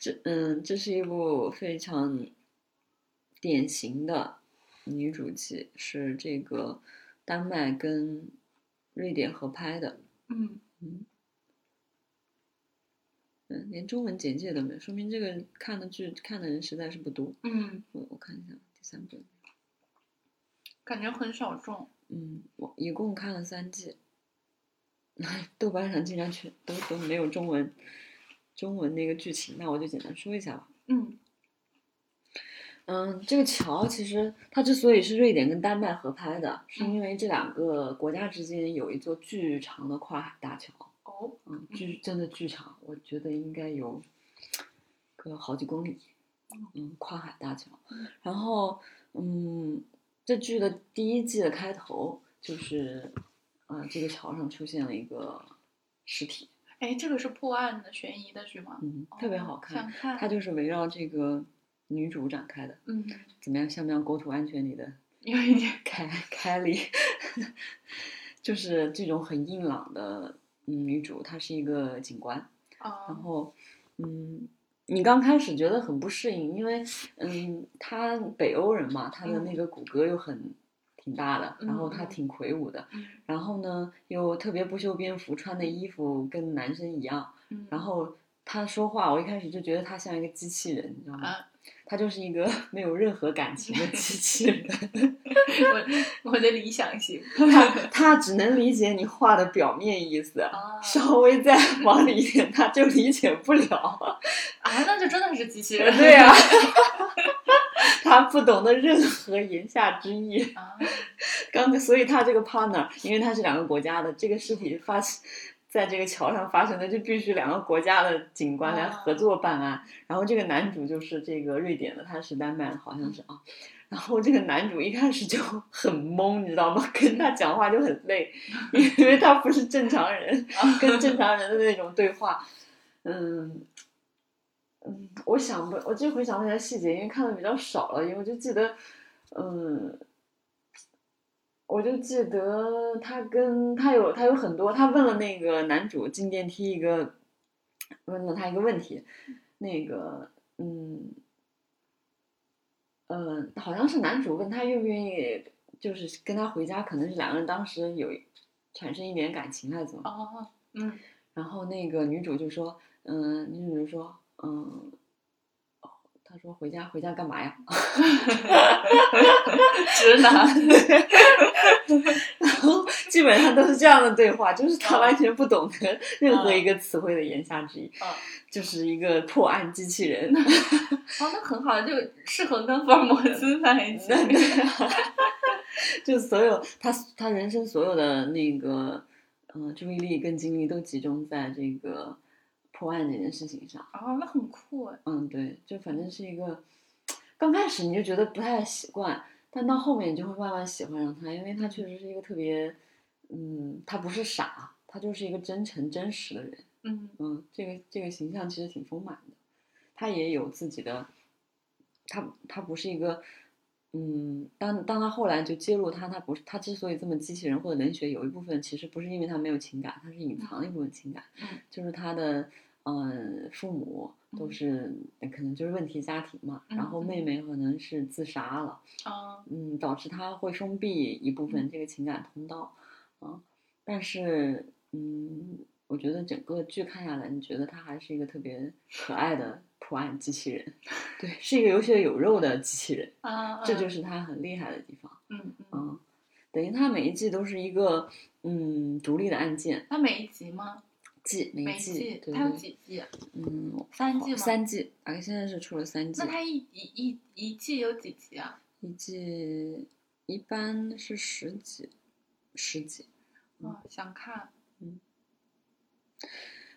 Speaker 1: 这嗯，这是一部非常典型的女主剧，是这个丹麦跟瑞典合拍的。
Speaker 2: 嗯，
Speaker 1: 嗯，连中文简介都没有，说明这个看的剧看的人实在是不多。
Speaker 2: 嗯，
Speaker 1: 我我看一下第三本，
Speaker 2: 感觉很小众。
Speaker 1: 嗯，我一共看了三季， 豆瓣上竟然全都都没有中文中文那个剧情，那我就简单说一下吧。
Speaker 2: 嗯
Speaker 1: 嗯，这个桥其实它之所以是瑞典跟丹麦合拍的，是因为这两个国家之间有一座巨长的跨海大桥，
Speaker 2: 哦，
Speaker 1: 嗯，巨真的巨长，我觉得应该有个好几公里，嗯，跨海大桥。然后，嗯，这剧的第一季的开头就是，啊、这个桥上出现了一个尸体，
Speaker 2: 哎，这个是破案的悬疑的剧吗？
Speaker 1: 嗯，特别好
Speaker 2: 哦想
Speaker 1: 看，
Speaker 2: 看。
Speaker 1: 它就是围绕这个女主展开的。
Speaker 2: 嗯，
Speaker 1: 怎么样，像不像《国土安全》里的？
Speaker 2: 有一点。
Speaker 1: 凯凯莉， 就是这种很硬朗的嗯女主，她是一个警官。
Speaker 2: 啊
Speaker 1: 然后，嗯，你刚开始觉得很不适应，因为嗯，她北欧人嘛，她的那个骨骼又很挺大的，然后她
Speaker 2: 嗯嗯嗯
Speaker 1: 挺魁梧的，
Speaker 2: 嗯
Speaker 1: 然后呢又特别不修边幅，穿的衣服跟男生一样。
Speaker 2: 嗯，
Speaker 1: 然后她说话，我一开始就觉得她像一个机器人，你知道吗？
Speaker 2: 啊，
Speaker 1: 她就是一个 没有任何感情的机器人。
Speaker 2: 我我的理想型
Speaker 1: 他他只能理解你画的表面意思，
Speaker 2: 啊
Speaker 1: 稍微再往里一点，他就理解不了。
Speaker 2: 啊，那就真的是机器人
Speaker 1: 对呀、 他不懂得任何言下之意。
Speaker 2: 啊，
Speaker 1: 刚，所以他这个 partner，因为他是两个国家的，这个尸体发在这个桥上发生的，就必须两个国家的警官来合作办案。然后这个男主就是这个瑞典的，他是丹麦的，好像是啊。然后这个男主一开始就很懵，你知道吗？ 跟他讲话就很累，因为他不是正常人，跟正常人的那种对话，嗯。嗯，我想不，我这回想不起来细节，因为看的比较少了，因为我就记得，嗯，我就记得他跟他有他有很多，他问了那个男主进电梯一个，问了他一个问题，那个嗯，呃，好像是男主问他愿不愿意，就是跟他回家，可能是两个人当时有产生一点感情还是怎么，
Speaker 2: 哦，嗯，
Speaker 1: 然后那个女主就说，嗯，女主就说。嗯，哦，他说回家回家干嘛呀？
Speaker 2: 直男，
Speaker 1: 然后基本上都是这样的对话，就是他完全不懂得任何一个词汇的言下之意，
Speaker 2: 嗯
Speaker 1: 就是一个破案机器人。
Speaker 2: 哦，那很好，就适合跟福尔摩
Speaker 1: 嗯
Speaker 2: 斯在一起。
Speaker 1: 就所有他他人生所有的那个嗯、呃注意力跟精力都集中在这个破案这件事情上。
Speaker 2: 哦，那很酷哎。
Speaker 1: 嗯，对，就反正是一个，刚开始你就觉得不太习惯，但到后面你就会慢慢喜欢上他，因为他确实是一个特别，嗯，他不是傻，他就是一个真诚真实的人，
Speaker 2: 嗯
Speaker 1: 嗯，这个这个形象其实挺丰满的，他也有自己的，他他不是一个，嗯，当当他后来就揭露他，他不是他之所以这么机器人或者冷血，有一部分其实不是因为他没有情感，他是隐藏了一部分情感，
Speaker 2: 嗯
Speaker 1: 就是他的嗯、呃父母都
Speaker 2: 嗯
Speaker 1: 是呃可能就是问题家庭嘛，
Speaker 2: 嗯
Speaker 1: 然后妹
Speaker 2: 嗯
Speaker 1: 妹可能是自杀了，
Speaker 2: 啊，
Speaker 1: 嗯，导致他会封闭一部分
Speaker 2: 嗯
Speaker 1: 这个情感通道，啊，但是嗯，我觉得整个剧看下来，你觉得他还是一个特别可爱的破案机器人， 对，是一个有血有肉的机器人，
Speaker 2: 啊，
Speaker 1: 这就是他很厉害的地方，
Speaker 2: 嗯嗯嗯，
Speaker 1: 嗯，等于他每一季都是一个嗯独立的案件，
Speaker 2: 它每一集吗？
Speaker 1: 季每
Speaker 2: 每
Speaker 1: 一
Speaker 2: 一
Speaker 1: 季，对
Speaker 2: 它有
Speaker 1: 对
Speaker 2: 几季？啊
Speaker 1: 嗯，
Speaker 2: 三季吗？
Speaker 1: 三季，啊，现在是出了三季
Speaker 2: 那，它一一一一季有几集啊？
Speaker 1: 一季一般是十几，十几。嗯
Speaker 2: 嗯，想看。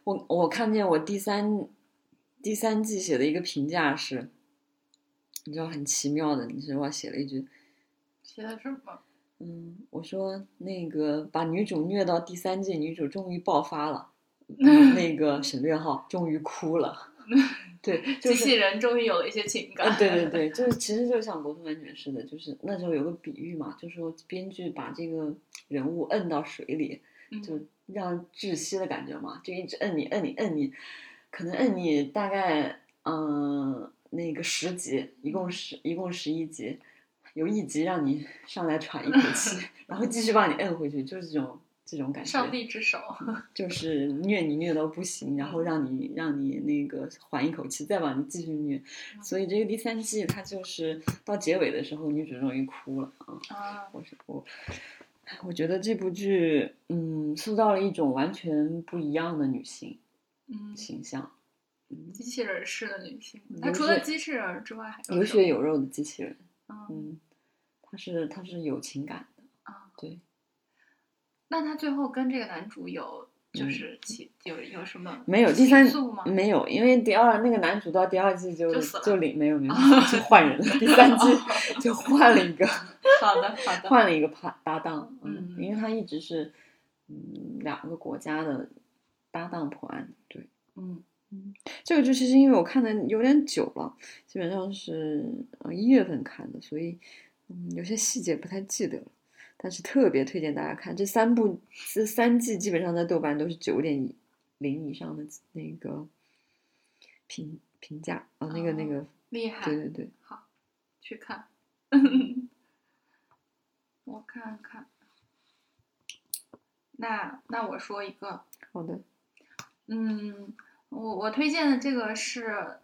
Speaker 1: 我我看见我第三第三季写的一个评价是，你知道很奇妙的，你知道我写了一句，
Speaker 2: 写的是吗？
Speaker 1: 嗯，我说那个把女主虐到第三季，女主终于爆发了，嗯那个省略号终于哭了，对，就
Speaker 2: 机
Speaker 1: 是
Speaker 2: 器人终于有了一些情
Speaker 1: 啊，
Speaker 2: 感。
Speaker 1: 对对对，就是其实就像《国土安全》似的，就是那时候有个比喻嘛，就说编剧把这个人物摁到水里，
Speaker 2: 嗯
Speaker 1: 就让窒息的感觉嘛，就一直摁你摁你摁你，可能摁你大概嗯、呃那个十集，一共十一共十一集，有一集让你上来喘一口 气，然后继续把你摁回去，就是这种这种感觉。
Speaker 2: 上帝之手。
Speaker 1: 就是虐你虐到不行，然后让你让你那个缓一口气，再把你继续虐。
Speaker 2: 嗯
Speaker 1: 所以这个第三季它就是到结尾的时候，女主终于哭了啊！
Speaker 2: 啊，
Speaker 1: 我是我，哎我觉得这部剧嗯，塑造了一种完全不一样的女性
Speaker 2: 嗯，
Speaker 1: 形象，嗯，
Speaker 2: 机器人式的女性
Speaker 1: 嗯。
Speaker 2: 它
Speaker 1: 有
Speaker 2: 除了
Speaker 1: 血
Speaker 2: 机器人儿之外，还
Speaker 1: 有
Speaker 2: 有什么
Speaker 1: 血有肉的机器人，
Speaker 2: 嗯
Speaker 1: 嗯，她是她是有情感的，
Speaker 2: 啊，
Speaker 1: 对，
Speaker 2: 那她最后跟这个男主有就
Speaker 1: 嗯
Speaker 2: 是起有有什么
Speaker 1: 没有第三嗯
Speaker 2: 情愫吗？
Speaker 1: 没有，因为第二那个男主到第二季就
Speaker 2: 就死了
Speaker 1: 就领没有 没有就换人了，第三季就换了一个。
Speaker 2: 哦好的好的。
Speaker 1: 换了一个搭搭档，
Speaker 2: 嗯
Speaker 1: 因为他一直是嗯两个国家的搭档破案。对，
Speaker 2: 嗯
Speaker 1: 这个剧其实因为我看的有点久了，基本上是呃一月份看的，所以嗯有些细节不太记得了。但是特别推荐大家看这三部这三季，基本上在豆瓣都是九点零以上的那个评评价啊、那个那个，
Speaker 2: 厉害
Speaker 1: 对，对对，
Speaker 2: 去看。 我看看，那那我说一个，
Speaker 1: 好的，
Speaker 2: 嗯，我我推荐的这个是，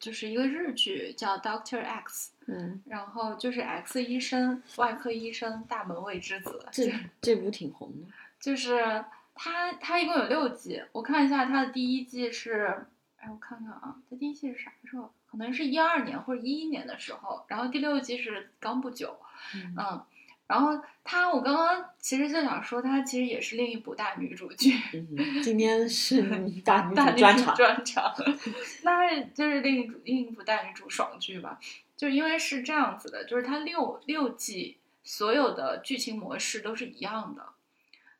Speaker 2: 就是一个日剧叫《Doctor X》，
Speaker 1: 嗯，
Speaker 2: 然后就是 X 医生，外科医生，大门卫之子，
Speaker 1: 这这部挺红的，
Speaker 2: 就是它，它一共有六季。我看一下它的第一季是，哎，我看看啊，它第一季是啥时候？可能是一二年或者一一年的时候。然后第六季是刚不久，
Speaker 1: 嗯
Speaker 2: 嗯，然后她，我刚刚其实就想说，她其实也是另一部大女主剧，
Speaker 1: 嗯，今天 是大女
Speaker 2: 大
Speaker 1: 主
Speaker 2: 女
Speaker 1: 专
Speaker 2: 主
Speaker 1: 场，
Speaker 2: 专场， 那就是另一部另一部大女主爽剧吧。就因为是这样子的，就是它六六季所有的剧情模式都是一样的，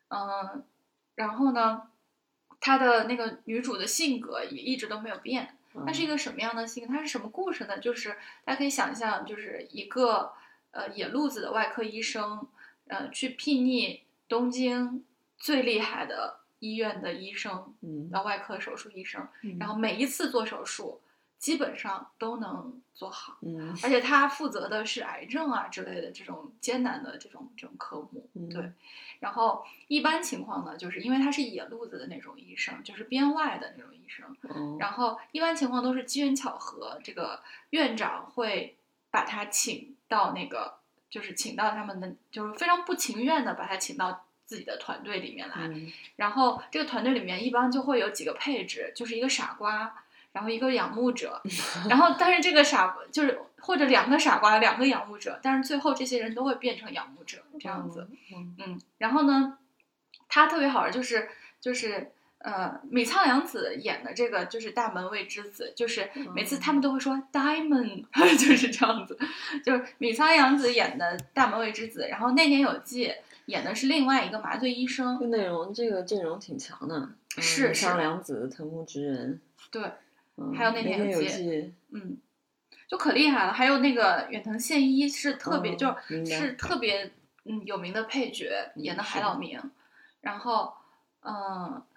Speaker 2: 嗯，然后呢，她的那个女主的性格也一直都没有变，它是
Speaker 1: 嗯
Speaker 2: 一个什么样的性格？它是什么故事呢？就是大家可以想象，就是一个呃野路子的外科医生，呃，去睥睨东京最厉害的医院的医生，
Speaker 1: 嗯
Speaker 2: 的外科手术医生，
Speaker 1: 嗯
Speaker 2: 然后每一次做手术基本上都能做好，
Speaker 1: 嗯
Speaker 2: 而且他负责的是癌症啊之类的这种艰难的这种这种科目，
Speaker 1: 嗯
Speaker 2: 对。然后一般情况呢，就是因为他是野路子的那种医生，就是编外的那种医生。
Speaker 1: 哦
Speaker 2: 然后一般情况都是机缘巧合，这个院长会把他请到那个，就是请到他们的，就是非常不情愿的把他请到自己的团队里面来。
Speaker 1: 嗯
Speaker 2: 然后这个团队里面一般就会有几个配置，就是一个傻瓜，然后一个仰慕者，然后但是这个傻就是或者两个傻瓜，两个仰慕者，但是最后这些人都会变成仰慕者这样子。
Speaker 1: 嗯
Speaker 2: 嗯，然后呢，他特别好玩，就是就是呃，米仓凉子演的这个就是大门卫之子，就是每次他们都会说 diamond，就是 这样子，就是米仓凉子演的大门卫之子，然后内田有纪演的是另外一个麻醉医生，
Speaker 1: 这内容这个阵容挺强的，嗯
Speaker 2: 是是
Speaker 1: 上良子、藤木直人，
Speaker 2: 对，
Speaker 1: 嗯
Speaker 2: 还有内田
Speaker 1: 田
Speaker 2: 有
Speaker 1: 有
Speaker 2: 纪
Speaker 1: 纪，
Speaker 2: 嗯，就可厉害了。还有那个远藤宪一是特别、
Speaker 1: 哦
Speaker 2: 就
Speaker 1: 明白
Speaker 2: 是特别嗯有名的配角，
Speaker 1: 嗯
Speaker 2: 演的
Speaker 1: 是
Speaker 2: 海
Speaker 1: 的
Speaker 2: 老名。然后嗯、呃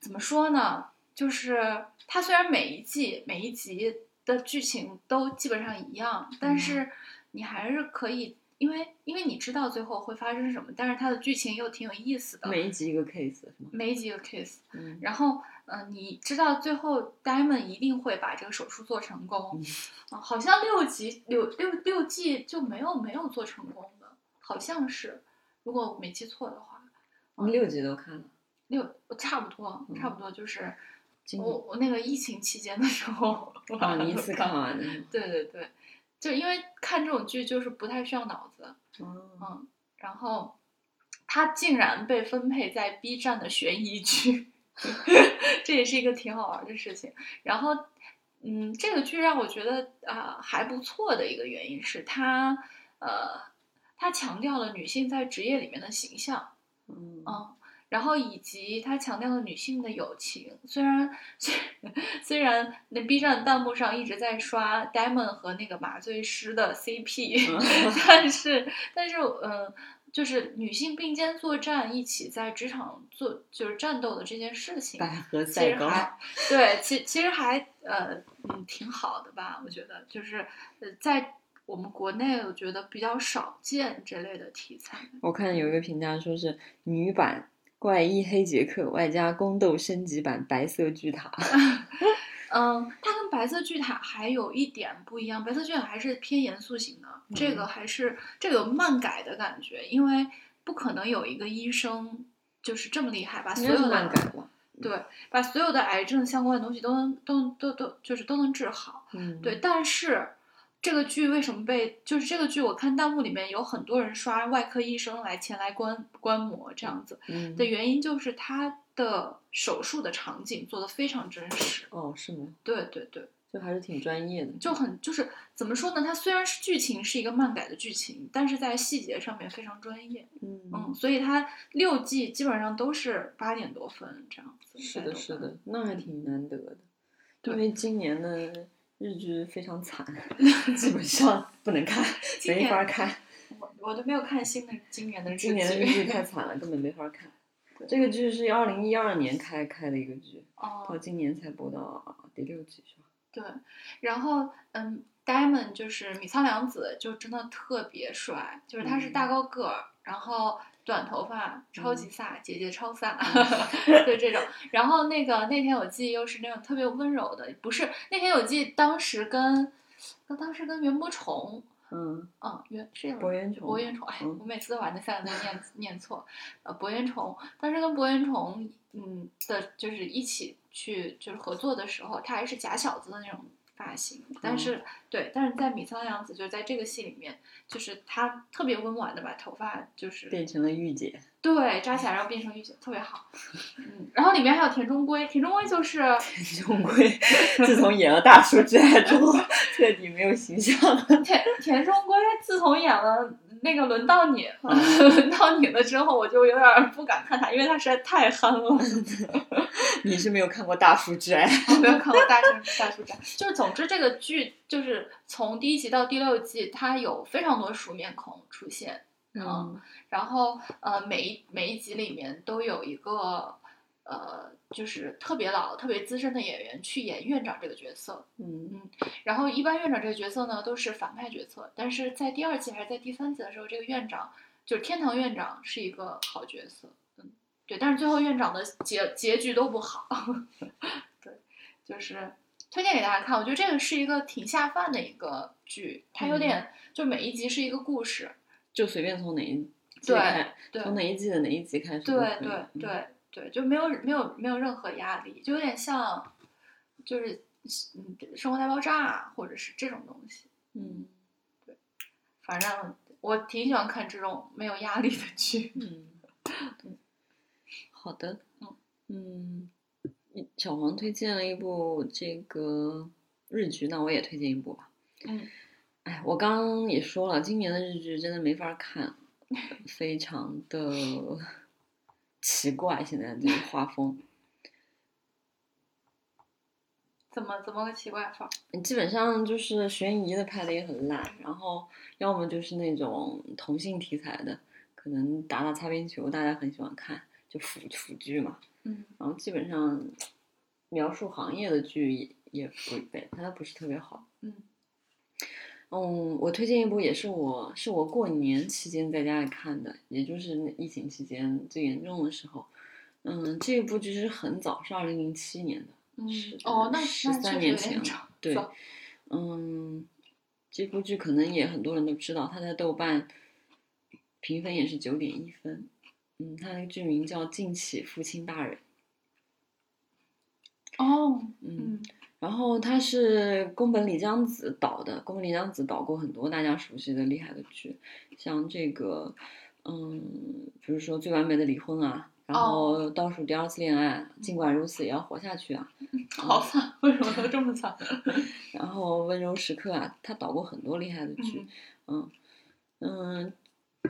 Speaker 2: 怎么说呢？就是它虽然每一季每一集的剧情都基本上一样，但
Speaker 1: 嗯
Speaker 2: 是你还是可以。因为因为你知道最后会发生什么，但是它的剧情又挺有意思的，
Speaker 1: 每一集一个 case 是吗？
Speaker 2: 每一集有 kiss，
Speaker 1: 嗯
Speaker 2: 然后，呃，你知道最后 Diamond 一定会把这个手术做成
Speaker 1: 嗯
Speaker 2: 功，啊、好像六集六六六季就没有没有做成功的，好像是，如果我没记错的话，
Speaker 1: 你六集都看了，
Speaker 2: 六差不多
Speaker 1: 嗯
Speaker 2: 差不多就是
Speaker 1: 今
Speaker 2: 我我那个疫情期间的时候， 我把
Speaker 1: 啊
Speaker 2: 它
Speaker 1: 你一
Speaker 2: 都
Speaker 1: 次
Speaker 2: 看
Speaker 1: 看完的是吗，
Speaker 2: 对对对，就因为看这种剧就是不太需要脑子，
Speaker 1: 哦
Speaker 2: 嗯，然后他竟然被分配在 B 站的悬疑剧， 这也是一个挺好玩的事情。然后，嗯，这个剧让我觉得啊、还不错的一个原因是它，呃，它强调了女性在职业里面的形象，
Speaker 1: 嗯
Speaker 2: 嗯，然后以及它强调了女性的友情。虽然虽虽然那 B 站弹幕上一直在刷 Diamond 和那个麻醉师的 CP，、
Speaker 1: 嗯
Speaker 2: 但是但是呃，就是女性并肩作战，一起在职场做就是战斗的这件事情，
Speaker 1: 百合
Speaker 2: 其实
Speaker 1: 赛高，
Speaker 2: 还 对，其其实还呃嗯挺好的吧，我觉得就是呃在。我们国内我觉得比较少见这类的题材，
Speaker 1: 我看有一个评价说是女版怪医黑杰克，外加宫斗升级版白色巨塔。
Speaker 2: 啊 嗯，它跟白色巨塔还有一点不一样，白色巨塔还是偏严肃型的，这
Speaker 1: 嗯
Speaker 2: 个还是这个有漫改的感觉，因为不可能有一个医生就是这么厉害，把所
Speaker 1: 应该
Speaker 2: 有
Speaker 1: 是
Speaker 2: 的
Speaker 1: 漫改吧？
Speaker 2: 对，把所有的癌症相关的东西都能都都都就是都能治好，
Speaker 1: 嗯，
Speaker 2: 对，，但是。这个剧为什么被就是这个剧？我看弹幕里面有很多人刷外科医生来前来观观摩这样子
Speaker 1: 嗯，
Speaker 2: 的原因，就是他的手术的场景做的非常真实。
Speaker 1: 哦，是吗？
Speaker 2: 对对对，
Speaker 1: 就还是挺专业的，
Speaker 2: 就很就是怎么说呢？它虽然是剧情是一个漫改的剧情，但是在细节上面非常专业，嗯，
Speaker 1: 嗯，
Speaker 2: 所以它六季基本上都是八点多分这样子。
Speaker 1: 是的，
Speaker 2: 8点多
Speaker 1: 是
Speaker 2: 分，
Speaker 1: 的，那还挺难得的，
Speaker 2: 对
Speaker 1: 因为今年的日剧非常 惨，基本上不能看，
Speaker 2: 今
Speaker 1: 没
Speaker 2: 年
Speaker 1: 法看。
Speaker 2: 我我都没有看新的今年的日
Speaker 1: 今年的日
Speaker 2: 剧
Speaker 1: 剧 太惨了，根本没法看
Speaker 2: 对。
Speaker 1: 这个剧是二零一二年开开的一个剧，到
Speaker 2: 哦，
Speaker 1: 今年才播到第六集是吧？
Speaker 2: 对，然后嗯，Diamond 就是米仓凉子，就真的特别帅，就是他是
Speaker 1: 嗯
Speaker 2: 大高个儿，然后短头发，超级
Speaker 1: 嗯
Speaker 2: 飒，姐姐超飒， 就这种。然后那个那天有记又是那种特别温柔的，不是那天有记当时跟，跟当时跟袁博虫，
Speaker 1: 嗯，
Speaker 2: 嗯，袁是叫
Speaker 1: 博元崇，
Speaker 2: 博元崇，哎，
Speaker 1: 嗯
Speaker 2: 我每次都把那三个字念念错，呃，博元崇，当时跟博元崇，嗯的，就是一起去就是合作的时候，他还是假小子的那种发型，但是、
Speaker 1: 嗯
Speaker 2: 对，但是在米仓凉子就在这个戏里面，就是她特别温婉的把头发就是
Speaker 1: 变成了御姐，
Speaker 2: 对扎起来，然后变成御姐，特别好。嗯，然后里面还有田中圭，田中 圭就是
Speaker 1: 终归自从演了《大叔之爱》之后， 彻底没有形象了。
Speaker 2: 田田中圭，自从演了那个轮到你，
Speaker 1: 嗯
Speaker 2: 轮到你了之后，我就有点儿不敢看他，因为他实在太憨了。
Speaker 1: 你是没有看过《大叔之爱》
Speaker 2: 我没有看过大圣大叔展，就是总之这个剧就是从第一集到第六季，它有非常多熟面孔出现， 嗯，然后呃每一每一集里面都有一个呃就是特别老、特别资深的演员去演院长这个角色，
Speaker 1: 嗯
Speaker 2: 然后一般院长这个角色呢都是反派角色，但是在第二季还是在第三季的时候，这个院长就是天堂院长是一个好角色，嗯，对，但是最后院长的结结局都不好， 对，就是推荐给大家看，我觉得这个是一个挺下饭的一个剧，它有点、
Speaker 1: 嗯
Speaker 2: 就每一集是一个故事，
Speaker 1: 就随便从哪一季
Speaker 2: 对
Speaker 1: 开，
Speaker 2: 对，
Speaker 1: 从哪一季的哪一集开始都可
Speaker 2: 对
Speaker 1: 以。
Speaker 2: 对
Speaker 1: 嗯，
Speaker 2: 对对，就没有没有没有任何压力，就有点像就是嗯《生活大爆炸》啊或者是这种东西，
Speaker 1: 嗯
Speaker 2: 反正我挺喜欢看这种没有压力的剧。
Speaker 1: 嗯，对，好的
Speaker 2: 嗯，
Speaker 1: 嗯，你小黄推荐了一部这个日剧，那我也推荐一部吧。
Speaker 2: 嗯，
Speaker 1: 哎，我刚刚也说了，今年的日剧真的没法 看，非常的奇怪，现在这个画风。
Speaker 2: 怎么怎么个奇怪法？
Speaker 1: 基本上就是悬疑的拍的也很烂，然后要么就是那种同性题材的，可能打打擦边球，大家很喜欢看，就腐腐剧嘛。
Speaker 2: 嗯
Speaker 1: 然后基本上描述行业的剧也也不对，它不是特别好。
Speaker 2: 嗯
Speaker 1: 嗯，我推荐一部也是我是我过年期间在家里看的，也就是那疫情期间最严重的时候。嗯，这部剧是很早，是二零零七年的。
Speaker 2: 嗯
Speaker 1: 是的
Speaker 2: 哦，那那
Speaker 1: 13
Speaker 2: 确实
Speaker 1: 年
Speaker 2: 有
Speaker 1: 前
Speaker 2: 点
Speaker 1: 了
Speaker 2: 长。
Speaker 1: 对
Speaker 2: 早，
Speaker 1: 嗯，这部剧可能也很多人都知道，它在豆瓣评分也是九点一分。嗯，它的剧名叫《敬起父亲大人》。
Speaker 2: 哦，
Speaker 1: 嗯，
Speaker 2: 嗯
Speaker 1: 然后它是宫本李江子导的，宫本李江子导过很多大家熟悉的厉害的剧，像这个，嗯，比如说《最完美的离婚》啊，然
Speaker 2: 哦
Speaker 1: 后《倒数第二次恋爱》，尽管如此也要活下去啊，
Speaker 2: 好惨，为什么都这么惨？
Speaker 1: 然后《温柔时刻》啊，他导过很多厉害的剧，
Speaker 2: 嗯
Speaker 1: 嗯嗯，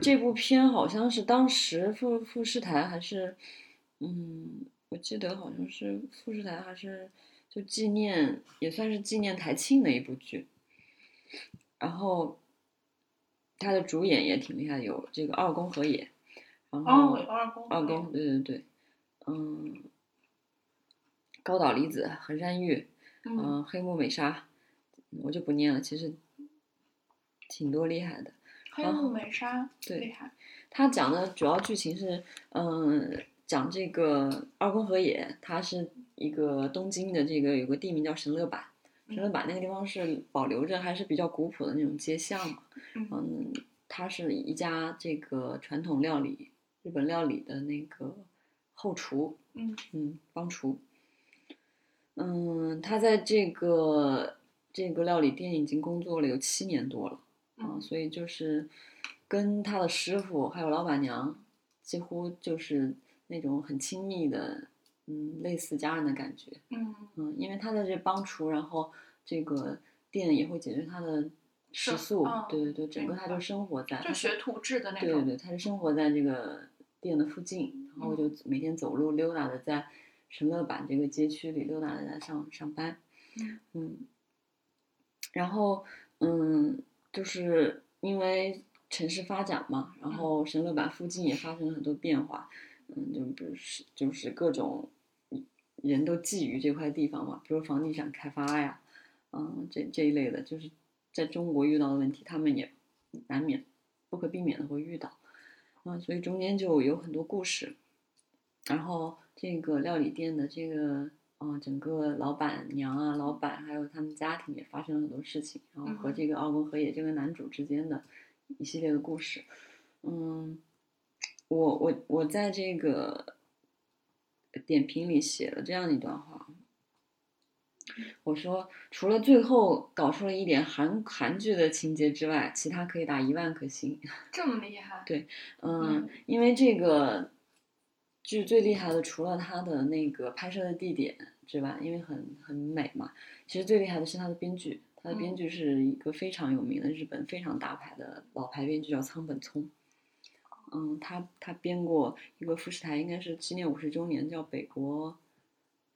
Speaker 1: 这部片好像是当时富富士台还是，嗯，我记得好像是富士台还是就纪念，也算是纪念台庆的一部剧。然后，他的主演也挺厉害的，有这个二宫和也，然后、
Speaker 2: 哦，有二宫，
Speaker 1: 嗯二宫，对对对，嗯，高岛离子、横山裕，
Speaker 2: 嗯
Speaker 1: 嗯，黑木美沙，我就不念了，其实挺多厉害的。
Speaker 2: 黑木美纱，
Speaker 1: 嗯对
Speaker 2: 厉害，
Speaker 1: 他讲的主要剧情是，嗯，讲这个二宫和也，他是一个东京的这个有个地名叫神乐坂，神乐
Speaker 2: 嗯
Speaker 1: 坂那个地方是保留着还是比较古朴的那种街巷嘛，
Speaker 2: 嗯
Speaker 1: 嗯，它是一家这个传统料理日本料理的那个后厨，
Speaker 2: 嗯
Speaker 1: 嗯，帮厨。嗯，他在这个这个料理店已经工作了有七年多了啊，
Speaker 2: 嗯
Speaker 1: 所以就是跟他的师傅还有老板娘，几乎就是那种很亲密的，嗯，类似家人的感觉。
Speaker 2: 嗯，
Speaker 1: 嗯，因为他在这帮厨，然后这个店也会解决他的食
Speaker 2: 是
Speaker 1: 宿，
Speaker 2: 嗯
Speaker 1: 对对对，整个他就
Speaker 2: 明白
Speaker 1: 生活在，
Speaker 2: 就学徒制的
Speaker 1: 嗯
Speaker 2: 那
Speaker 1: 对对
Speaker 2: 种，嗯
Speaker 1: 对，他是生活在这个店的附近，然后就每天走路溜达的在神乐坂这个街区里溜达的在上上班，
Speaker 2: 嗯
Speaker 1: 然后嗯，就是因为城市发展嘛，
Speaker 2: 嗯
Speaker 1: 然后神乐坂附近也发生了很多变化，嗯，就比如是就是各种人都觊觎这块地方嘛，比如房地产开发呀，嗯，这这一类的，就是在中国遇到的问题，他们也难免不可避免的会遇到，啊、所以中间就有很多故事，然后这个料理店的这个。嗯，整个老板娘啊，老板还有他们家庭也发生了很多事情，然后和
Speaker 2: 嗯哼
Speaker 1: 这个二宫和也这个男主之间的一系列的故事，嗯，我我我在这个点评里写了这样一段话，我说，除了最后搞出了一点韩韩剧的情节之外，其他可以打一万颗星。
Speaker 2: 这么厉害，
Speaker 1: 嗯
Speaker 2: 嗯，
Speaker 1: 因为这个剧最厉害的，除了它的那个拍摄的地点之外，因为很很美嘛，其实最厉害的是它的编剧。它的编
Speaker 2: 嗯
Speaker 1: 剧是一个非常有名的日本非常大牌的老牌编剧，叫仓本聪。
Speaker 2: 哦
Speaker 1: 嗯，他他编过一个富士台，应该是纪念五十周年，叫北国，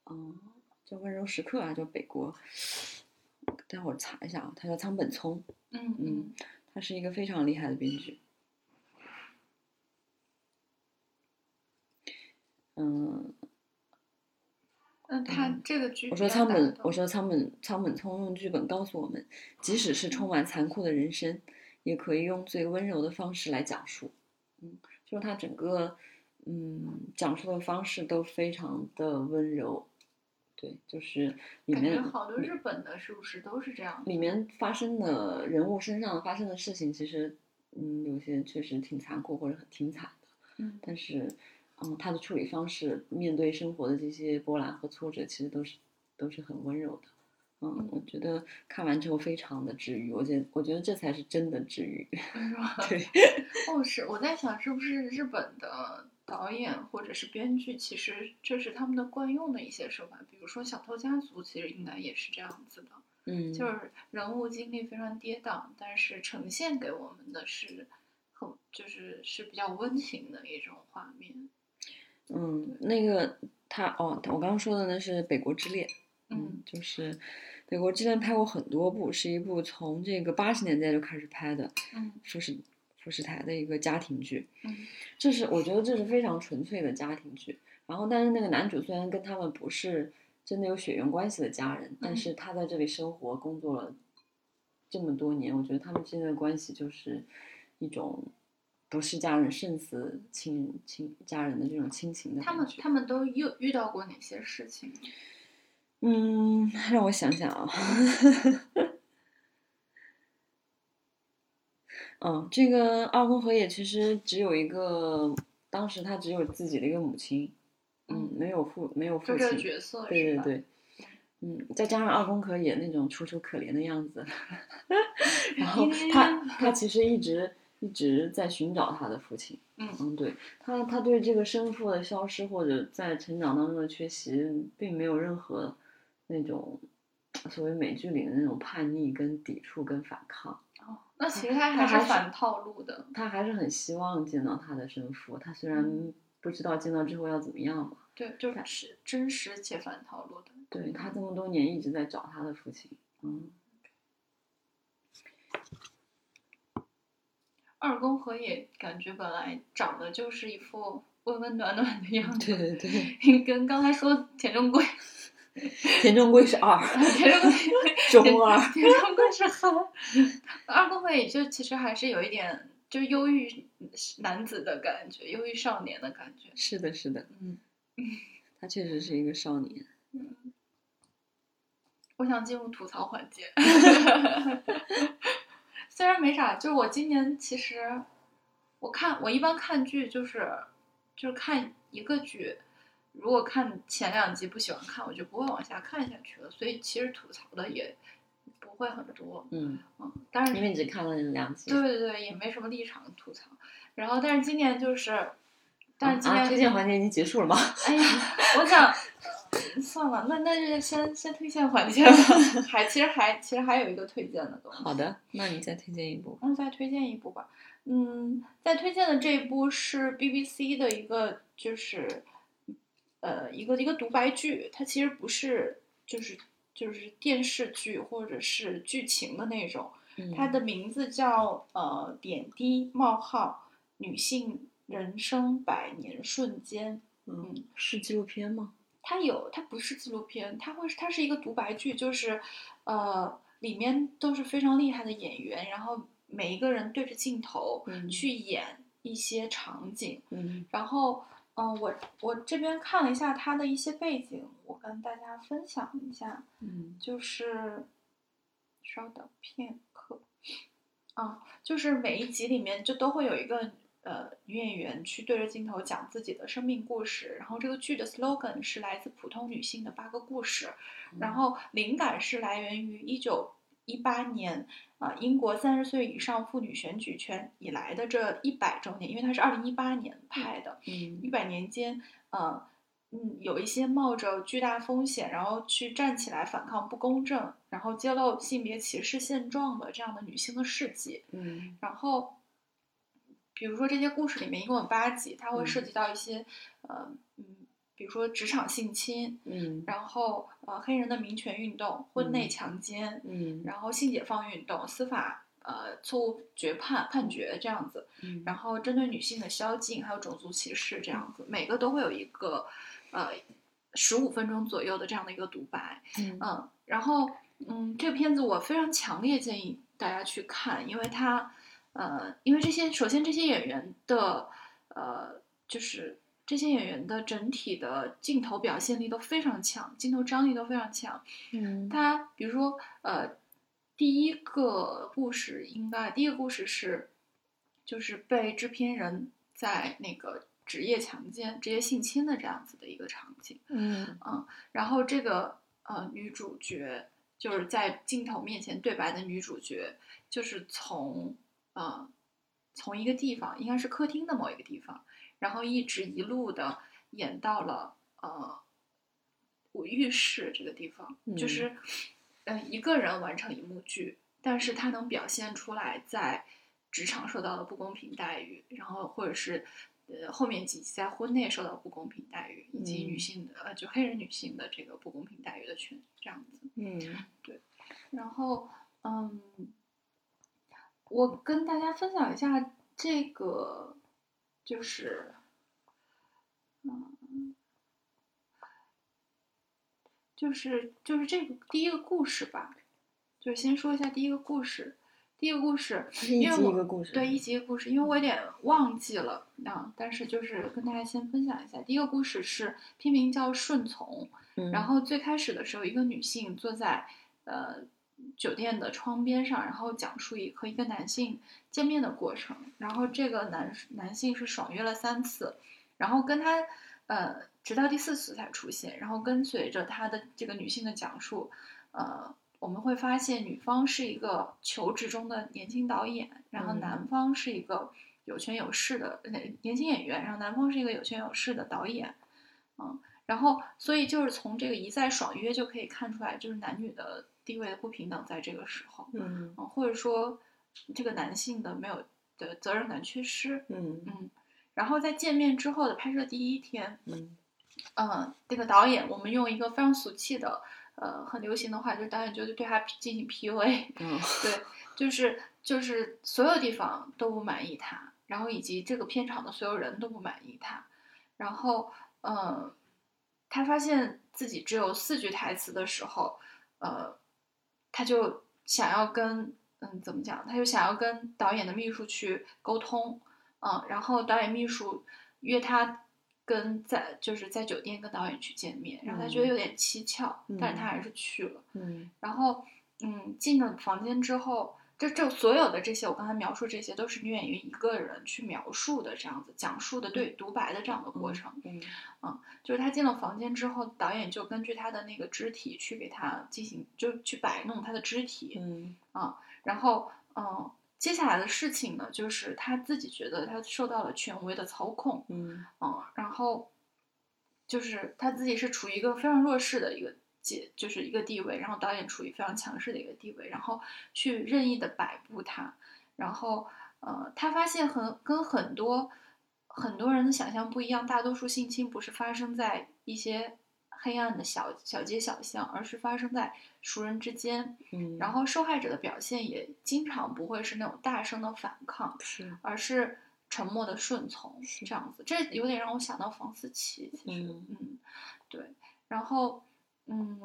Speaker 1: 嗯，叫温柔时刻啊，叫北国。待会儿查一下啊，他叫仓本聪。
Speaker 2: 嗯嗯
Speaker 1: 嗯，他是一个非常厉害的编剧。嗯，
Speaker 2: 那他
Speaker 1: 嗯
Speaker 2: 这个剧
Speaker 1: 我
Speaker 2: 比
Speaker 1: 说
Speaker 2: 较
Speaker 1: 仓
Speaker 2: 打
Speaker 1: 本，
Speaker 2: 动
Speaker 1: 我说仓本，仓本聪用剧本告诉我们，即使是充满残酷的人生，也可以用最温柔的方式来讲述。嗯，就是他整个，嗯，讲述的方式都非常的温柔。对，就是里
Speaker 2: 感觉
Speaker 1: 面
Speaker 2: 好多
Speaker 1: 里
Speaker 2: 日本的是不是都是这样？
Speaker 1: 里面发生的人物身上发生的事情，其实，嗯，有些确实挺残酷或者很挺惨的，
Speaker 2: 嗯
Speaker 1: 但是，嗯，他的处理方式，面对生活的这些波澜和挫折，其实都是都是很温柔的。嗯
Speaker 2: 嗯，
Speaker 1: 我觉得看完之后非常的治愈，我觉得我觉得这才是真的治愈。
Speaker 2: 是吧？
Speaker 1: 对，
Speaker 2: 哦，是我在想，是不是日本的导演或者是编剧，其实这是他们的惯用的一些手法，比如说《小偷家族》，其实应该也是这样子的，
Speaker 1: 嗯，
Speaker 2: 就是人物经历非常跌宕，但是呈现给我们的是很就是是比较温情的一种画面。
Speaker 1: 嗯，那个他哦，我刚刚说的呢是《北国之恋》。嗯
Speaker 2: 嗯，
Speaker 1: 就是《北国之恋》拍过很多部，是一部从这个八十年代就开始拍的，
Speaker 2: 嗯
Speaker 1: 富士富士台的一个家庭剧，
Speaker 2: 嗯
Speaker 1: 这是我觉得这是非常纯粹的家庭剧。然后，但是那个男主虽然跟他们不是真的有血缘关系的家人，但
Speaker 2: 嗯
Speaker 1: 是他在这里生活工作了这么多年，我觉得他们之间的关系就是一种不是家人胜似亲亲家人的这种亲情的
Speaker 2: 他
Speaker 1: 感
Speaker 2: 们
Speaker 1: 觉。
Speaker 2: 他们都遇遇到过哪些事情？
Speaker 1: 嗯，让我想想啊。嗯，这个二宫和也其实只有一个，当时他只有自己的一个母亲，嗯，没有父没有
Speaker 2: 就
Speaker 1: 父
Speaker 2: 这个
Speaker 1: 亲，
Speaker 2: 角色
Speaker 1: 对
Speaker 2: 是
Speaker 1: 对
Speaker 2: 吧？
Speaker 1: 对，嗯，再加上二宫和也那种楚楚可怜的样子， 然后他 他其实一直一直在寻找他的父亲，
Speaker 2: 嗯
Speaker 1: 嗯，对他，他对这个生父的消失或者在成长当中的缺席，并没有任何那种所谓美剧里的那种叛逆、跟抵触、跟反抗。
Speaker 2: 哦，那其实他
Speaker 1: 他
Speaker 2: 还
Speaker 1: 还
Speaker 2: 是
Speaker 1: 是
Speaker 2: 反套路的。
Speaker 1: 他还是很希望见到他的生父，他虽然
Speaker 2: 嗯
Speaker 1: 不知道见到之后要怎么样嘛，
Speaker 2: 对，就
Speaker 1: 他
Speaker 2: 是真实且反套路的。
Speaker 1: 对他这么多年一直在找他的父亲。嗯，
Speaker 2: 二宫和也感觉本来长得就是一副温温暖暖的样子，
Speaker 1: 对对对，
Speaker 2: 跟刚才说田中圭，
Speaker 1: 田中圭是二，
Speaker 2: 田 中圭，
Speaker 1: 中二。
Speaker 2: 田中圭是憨，二宫和也就其实还是有一点就是忧郁男子的感觉，忧郁少年的感觉。
Speaker 1: 是的，是的，
Speaker 2: 嗯，
Speaker 1: 他确实是一个少年。
Speaker 2: 我想进入吐槽环节， 虽然没啥，就是我今年其实我看我一般看剧就是就是看一个剧，如果看前两集不喜欢看，我就不会往下看下去了，所以其实吐槽的也不会很多，
Speaker 1: 嗯，
Speaker 2: 嗯，但是
Speaker 1: 因为你只看了两集。
Speaker 2: 对对对，也没什么立场吐槽，然后但是今年就是，但是今
Speaker 1: 哦啊
Speaker 2: 年、
Speaker 1: 啊，推荐环节已经结束了吗？
Speaker 2: 哎呀，我想嗯算了，那那就先先推荐环节吧。 还其实还其实还有一个推荐的东西。
Speaker 1: 好，的，那你再推荐一部。
Speaker 2: 那再推荐一部吧。嗯，再推荐的这一部是 BBC 的一个，就是呃一个一个独白剧，它其实不是就是就是电视剧或者是剧情的那种，
Speaker 1: 嗯
Speaker 2: 它的名字叫呃点滴冒号女性人生百年瞬间。
Speaker 1: 嗯，是纪录片吗？
Speaker 2: 它有，它不是纪录片，它会，它是一个独白剧，就是，呃，里面都是非常厉害的演员，然后每一个人对着镜头
Speaker 1: 嗯
Speaker 2: 去演一些场景，
Speaker 1: 嗯
Speaker 2: 然后，嗯、我我这边看了一下它的一些背景，我跟大家分享一下，
Speaker 1: 嗯
Speaker 2: 就是，稍等片刻，啊，就是每一集里面就都会有一个呃女演员去对着镜头讲自己的生命故事。然后这个剧的 slogan 是来自普通女性的八个故事，然后灵感是来源于一九一八年啊、呃英国三十岁以上妇女选举权以来的这一百周年，因为它是二零一八年拍的，
Speaker 1: 嗯
Speaker 2: 一百年间，呃，嗯，有一些冒着巨大风险，然后去站起来反抗不公正，然后揭露性别歧视现状的这样的女性的事迹。
Speaker 1: 嗯
Speaker 2: 然后，比如说这些故事里面一共有八集，它会涉
Speaker 1: 嗯
Speaker 2: 及到一些，呃，嗯，比如说职场性侵，
Speaker 1: 嗯
Speaker 2: 然后呃，黑人的民权运动、婚内
Speaker 1: 嗯
Speaker 2: 强奸，
Speaker 1: 嗯
Speaker 2: 然后性解放运动、司法呃错误决判判决这样子。
Speaker 1: 嗯，
Speaker 2: 然后针对女性的宵禁，还有种族歧视这样子，每个都会有一个呃十五分钟左右的这样的一个独白，
Speaker 1: 嗯
Speaker 2: 嗯，然后嗯，这个片子我非常强烈建议大家去看，因为它呃，因为这些首先这些演员的呃就是。这些演员的整体的镜头表现力都非常强，镜头张力都非常强。
Speaker 1: 嗯
Speaker 2: 它比如说，呃，第一个故事应该第一个故事是，就是被制片人在那个职业强奸、职业性侵的这样子的一个场景。
Speaker 1: 嗯
Speaker 2: 然后这个呃女主角就是在镜头面前对白的女主角，就是从呃从一个地方，应该是客厅的某一个地方，然后一直一路的演到了呃我浴室这个地方，就
Speaker 1: 嗯
Speaker 2: 是呃一个人完成一幕剧，但是她能表现出来在职场受到的不公平待遇，然后或者是。呃，后面几集在婚内受到不公平待遇，以及女
Speaker 1: 嗯
Speaker 2: 性。性的呃，就黑人女性的这个不公平待遇的权这样子。
Speaker 1: 嗯
Speaker 2: 然后，嗯，我跟大家分享一下这个，就是，嗯，就是就是这个第一个故事吧，就是先说一下第一个故事。第一个故事，
Speaker 1: 它是一
Speaker 2: 因为
Speaker 1: 集一
Speaker 2: 我
Speaker 1: 个故事，
Speaker 2: 对，一集故事，因为我有点忘记了啊，但是就是跟大家先分享一下。第一个故事是片名叫《顺从》，
Speaker 1: 嗯，
Speaker 2: 然后最开始的时候，一个女性坐在呃酒店的窗边上，然后讲述一和一个男性见面的过程。然后这个男男性是爽约了三次，然后跟他呃直到第四次才出现。然后跟随着他的这个女性的讲述，呃，我们会发现女方是一个求职中的年轻导演，然后
Speaker 1: 嗯
Speaker 2: 男方是一个有权有势的呃年轻演员，然后男方是一个有权有势的导演，嗯，然后所以就是从这个一再爽约就可以看出来，就是男女的地位的不平等在这个时候，
Speaker 1: 嗯
Speaker 2: 嗯，或者说这个男性的没有的责任感缺失，
Speaker 1: 嗯
Speaker 2: 嗯，然后在见面之后的拍摄第一天，
Speaker 1: 嗯
Speaker 2: 嗯，这个导演，我们用一个非常俗气的，呃，很流行的话，就是导演就是对他进行 PUA，
Speaker 1: 哦
Speaker 2: 对，就是就是所有地方都不满意他，然后以及这个片场的所有人都不满意他，然后嗯，他发现自己只有四句台词的时候，呃，他就想要跟嗯怎么讲，他就想要跟导演的秘书去沟通，嗯，然后导演秘书约他。跟在就是在酒店跟导演去见面，然后他觉得有点蹊跷，但是他
Speaker 1: 嗯
Speaker 2: 还是去了。
Speaker 1: 嗯
Speaker 2: 然后，嗯，进了房间之后，这这所有的这些，我刚才描述这些，都是女演员一个人去描述的这样子，讲述的对独白的这样的过程。
Speaker 1: 嗯
Speaker 2: 就是她进了房间之后，导演就根据她的那个肢体去给她进行，就去摆弄她的肢体。
Speaker 1: 嗯
Speaker 2: 然后，嗯，接下来的事情呢，就是她自己觉得她受到了权威的操控，
Speaker 1: 嗯
Speaker 2: 嗯，然后就是他自己是处于一个非常弱势的一个阶，就是一个地位，然后导演处于非常强势的一个地位，然后去任意的摆布他，然后呃，他发现很跟很多很多人的想象不一样，大多数性侵不是发生在一些黑暗的小小街小巷，而是发生在熟人之间，
Speaker 1: 嗯，
Speaker 2: 然后受害者的表现也经常不会是那种大声的反抗，
Speaker 1: 是
Speaker 2: 而是沉默的顺从
Speaker 1: 是
Speaker 2: 这样子。这有点让我想到房思琪，其实，
Speaker 1: 嗯
Speaker 2: 嗯对。然后，嗯，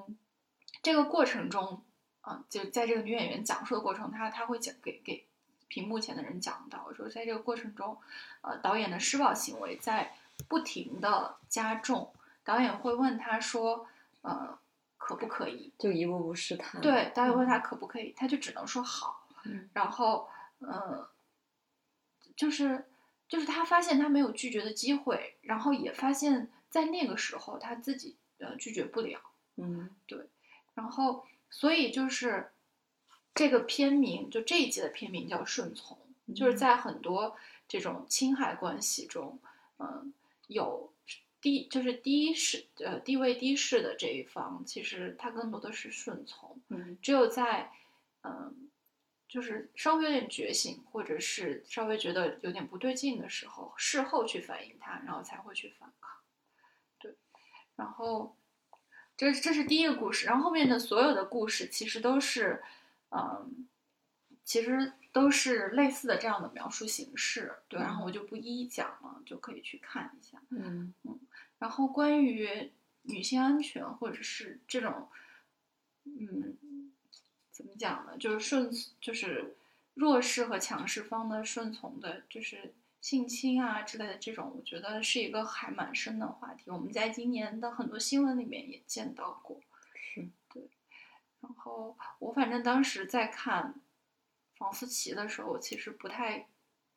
Speaker 2: 这个过程中，啊、就在这个女演员讲述的过程，她她会讲给给屏幕前的人讲到，说在这个过程中，呃，导演的施暴行为在不停的加重，导演会问她说，呃，可不可以？
Speaker 1: 就一步步试探，
Speaker 2: 对，导演问
Speaker 1: 嗯
Speaker 2: 他可不可以，他就只能说好。
Speaker 1: 嗯
Speaker 2: 然后，呃，就是就是他发现他没有拒绝的机会，然后也发现，在那个时候他自己呃拒绝不了，
Speaker 1: 嗯
Speaker 2: 然后所以就是这个片名，就这一季的片名叫顺从，就是
Speaker 1: 嗯
Speaker 2: 在很多这种侵害关系中，嗯，有低就是低势呃地位低势的这一方，其实他更多的是顺从，
Speaker 1: 嗯
Speaker 2: 只有在嗯，就是稍微有点觉醒，或者是稍微觉得有点不对劲的时候，事后去反应它，然后才会去反抗。对，然后这是这是第一个故事，然后后面的所有的故事其实都是，嗯，其实都是类似的这样的描述形式。对，然后我就不一一讲了，就可以去看一下。
Speaker 1: 嗯
Speaker 2: 然后关于女性安全或者是这种，嗯，怎么讲呢？就是顺，就是弱势和强势方的顺从的，就是性侵啊之类的这种，我觉得是一个还蛮深的话题。我们在今年的很多新闻里面也见到过。
Speaker 1: 是
Speaker 2: 然后我反正当时在看房思琪的时候，我其实不太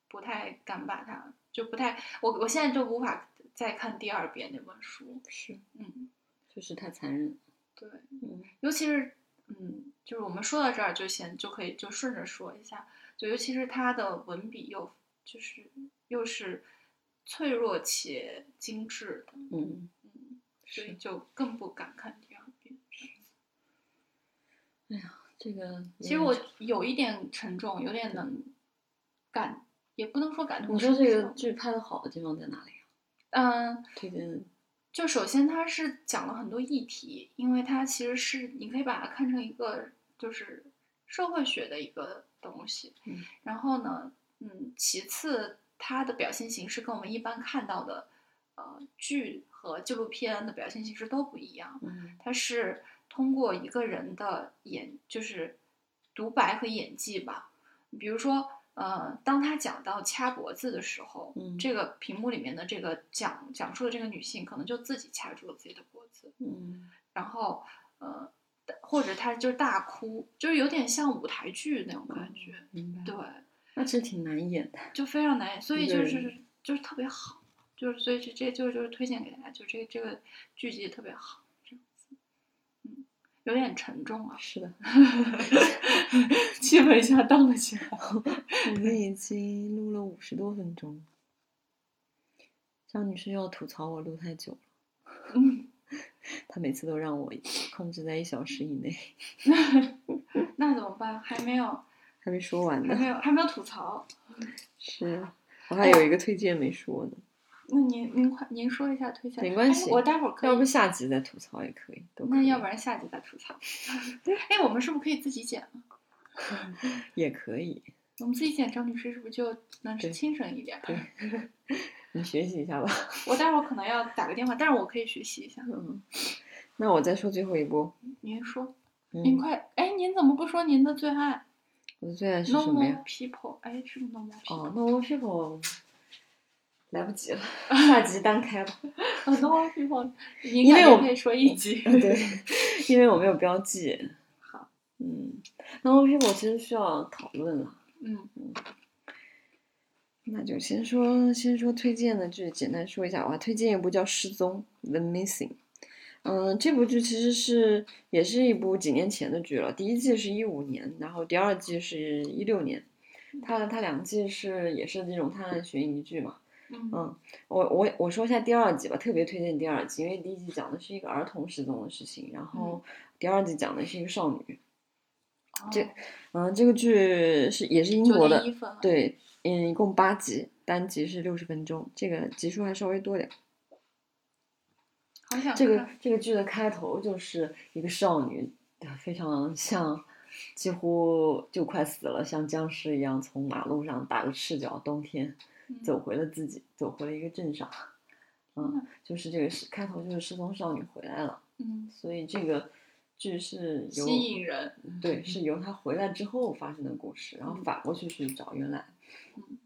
Speaker 2: 不太敢把它，就不太我我现在就无法再看第二遍那本书。
Speaker 1: 是，
Speaker 2: 嗯，
Speaker 1: 就是太残忍了，
Speaker 2: 对，
Speaker 1: 嗯
Speaker 2: 尤其是嗯，就是我们说到这儿就先就可以就顺着说一下，就尤其是他的文笔又就是又是脆弱且精致的，
Speaker 1: 嗯，
Speaker 2: 嗯，所以
Speaker 1: 是
Speaker 2: 就更不敢看第二遍。
Speaker 1: 这个
Speaker 2: 其
Speaker 1: 有
Speaker 2: 实
Speaker 1: 点
Speaker 2: 我有一点沉重，有点能感，也不能说感同
Speaker 1: 你说
Speaker 2: 身
Speaker 1: 这个
Speaker 2: 受。
Speaker 1: 剧拍的好的地方在哪里啊？
Speaker 2: 嗯，
Speaker 1: 推荐
Speaker 2: 就首先它是讲了很多议题，因为它其实是你可以把它看成一个就是社会学的一个东西。
Speaker 1: 嗯
Speaker 2: 然后呢，嗯，其次它的表现形式跟我们一般看到的呃剧和纪录片的表现形式都不一样。
Speaker 1: 嗯
Speaker 2: 它是通过一个人的演，就是独白和演技吧。比如说，呃，当他讲到掐脖子的时候，
Speaker 1: 嗯
Speaker 2: 这个屏幕里面的这个讲讲述的这个女性，可能就自己掐住了自己的脖子，
Speaker 1: 嗯
Speaker 2: 然后，呃，或者她就大哭，就是有点像舞台剧那种感觉。
Speaker 1: 明白，
Speaker 2: 对，
Speaker 1: 那其实挺难演的，
Speaker 2: 就非常难，所以就
Speaker 1: 对
Speaker 2: 是就是特别好，就是所以这这就就是推荐给大家，就这这个剧集特别好，这样子，嗯，有点沉重 啊，
Speaker 1: 是的。
Speaker 2: 气氛一下荡了起来。
Speaker 1: 我们已经录了五十多分钟了，张女士又要吐槽我录太久了。
Speaker 2: 嗯，
Speaker 1: 她每次都让我控制在一小时以内，
Speaker 2: 那怎么办？还没有，
Speaker 1: 还没说完
Speaker 2: 还
Speaker 1: 呢。
Speaker 2: 没有，还没有吐槽。
Speaker 1: 是我还有一个推荐没说呢，
Speaker 2: 那您您快您说一下推荐，
Speaker 1: 没关
Speaker 2: 哎
Speaker 1: 系
Speaker 2: 我待会儿可以。
Speaker 1: 要不下集再吐槽也可以，都可
Speaker 2: 那
Speaker 1: 以
Speaker 2: 要不然下集再吐槽。 哎，我们是不是可以自己剪啊？
Speaker 1: 也可以。
Speaker 2: 我们自己剪，张女士是不是就能
Speaker 1: 对
Speaker 2: 轻省一点？
Speaker 1: 对你学习一下吧。
Speaker 2: 我待会儿可能要打个电话，但是我可以学习一下。
Speaker 1: 嗯， 那我再说最后一波。
Speaker 2: 您说。您
Speaker 1: 嗯，
Speaker 2: 快，哎，您怎么不说您的最爱
Speaker 1: 我的最爱是什么呀？
Speaker 2: ？Normal People，哎，是不是
Speaker 1: 哦
Speaker 2: Normal People？
Speaker 1: 那我 people 来不及 了，下集单开吧。
Speaker 2: 很 Normal 呃 People，您
Speaker 1: 因为
Speaker 2: 感觉
Speaker 1: 我嗯
Speaker 2: 可以说一 集。
Speaker 1: 对，因为我没有标记。
Speaker 2: 好，
Speaker 1: 嗯，那 OP 我其实需要讨论了，
Speaker 2: 嗯
Speaker 1: 那就先说先说推荐的剧，简单说一下。我还推荐一部叫《失踪》（The Missing）。嗯，这部剧其实是也是一部几年前的剧了，第一季是一五年，然后第二季是一六年。它它两季是也是这种探案悬疑剧嘛。
Speaker 2: 嗯
Speaker 1: 嗯，我我我说一下第二季吧，特别推荐第二季，因为第一季讲的是一个儿童失踪的事情，然后
Speaker 2: 嗯
Speaker 1: 第二季讲的是一个少女。这嗯，这个剧是也是英
Speaker 2: 哦九
Speaker 1: 国
Speaker 2: 点
Speaker 1: 的
Speaker 2: 一，分了，
Speaker 1: 对，嗯，一共八集，单集是六十分钟，这个集数还稍微多点。
Speaker 2: 好想
Speaker 1: 这个
Speaker 2: 啊看
Speaker 1: 这个剧的开头就是一个少女，非常像，几乎就快死了，像僵尸一样从马路上打个赤脚，冬天
Speaker 2: 嗯
Speaker 1: 走回了自己，走回了一个镇上。嗯
Speaker 2: 嗯，
Speaker 1: 就是这个是开头就是失踪少女回来了，
Speaker 2: 嗯，
Speaker 1: 所以这个剧是
Speaker 2: 吸
Speaker 1: 由
Speaker 2: 引人，
Speaker 1: 对，是由他回来之后发生的故事，然后
Speaker 2: 嗯
Speaker 1: 反过去去找原来
Speaker 2: 嗯，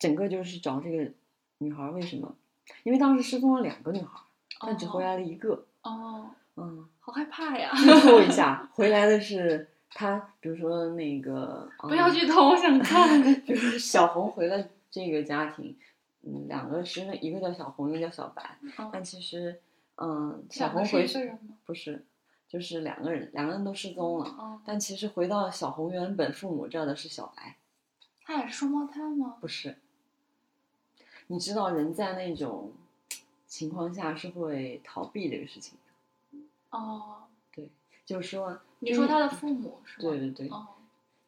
Speaker 1: 整个就是找这个女孩为什么，因为当时失踪了两个女孩，但只
Speaker 2: 哦
Speaker 1: 回来了一个，
Speaker 2: 哦，
Speaker 1: 嗯，
Speaker 2: 好害怕呀！
Speaker 1: 剧透一下，回来的是她，比如说那个，
Speaker 2: 不要
Speaker 1: 嗯
Speaker 2: 剧透，我想看。
Speaker 1: 比如说小红回来这个家庭，嗯，两个是那一个叫小红，一个叫小白，
Speaker 2: 嗯
Speaker 1: 但其实，嗯， 小
Speaker 2: 两个
Speaker 1: 红
Speaker 2: 是
Speaker 1: 回
Speaker 2: 一个人吗？
Speaker 1: 不是，就是两个人，两个人都失踪了。
Speaker 2: 嗯，
Speaker 1: 但其实回到小红原本父母这儿的是小白，
Speaker 2: 他俩是双胞胎吗？
Speaker 1: 不是。你知道人在那种情况下是会逃避这个事情的，
Speaker 2: 哦，
Speaker 1: 就是说，
Speaker 2: 你说他的父母是吗？
Speaker 1: 对对对，
Speaker 2: 哦，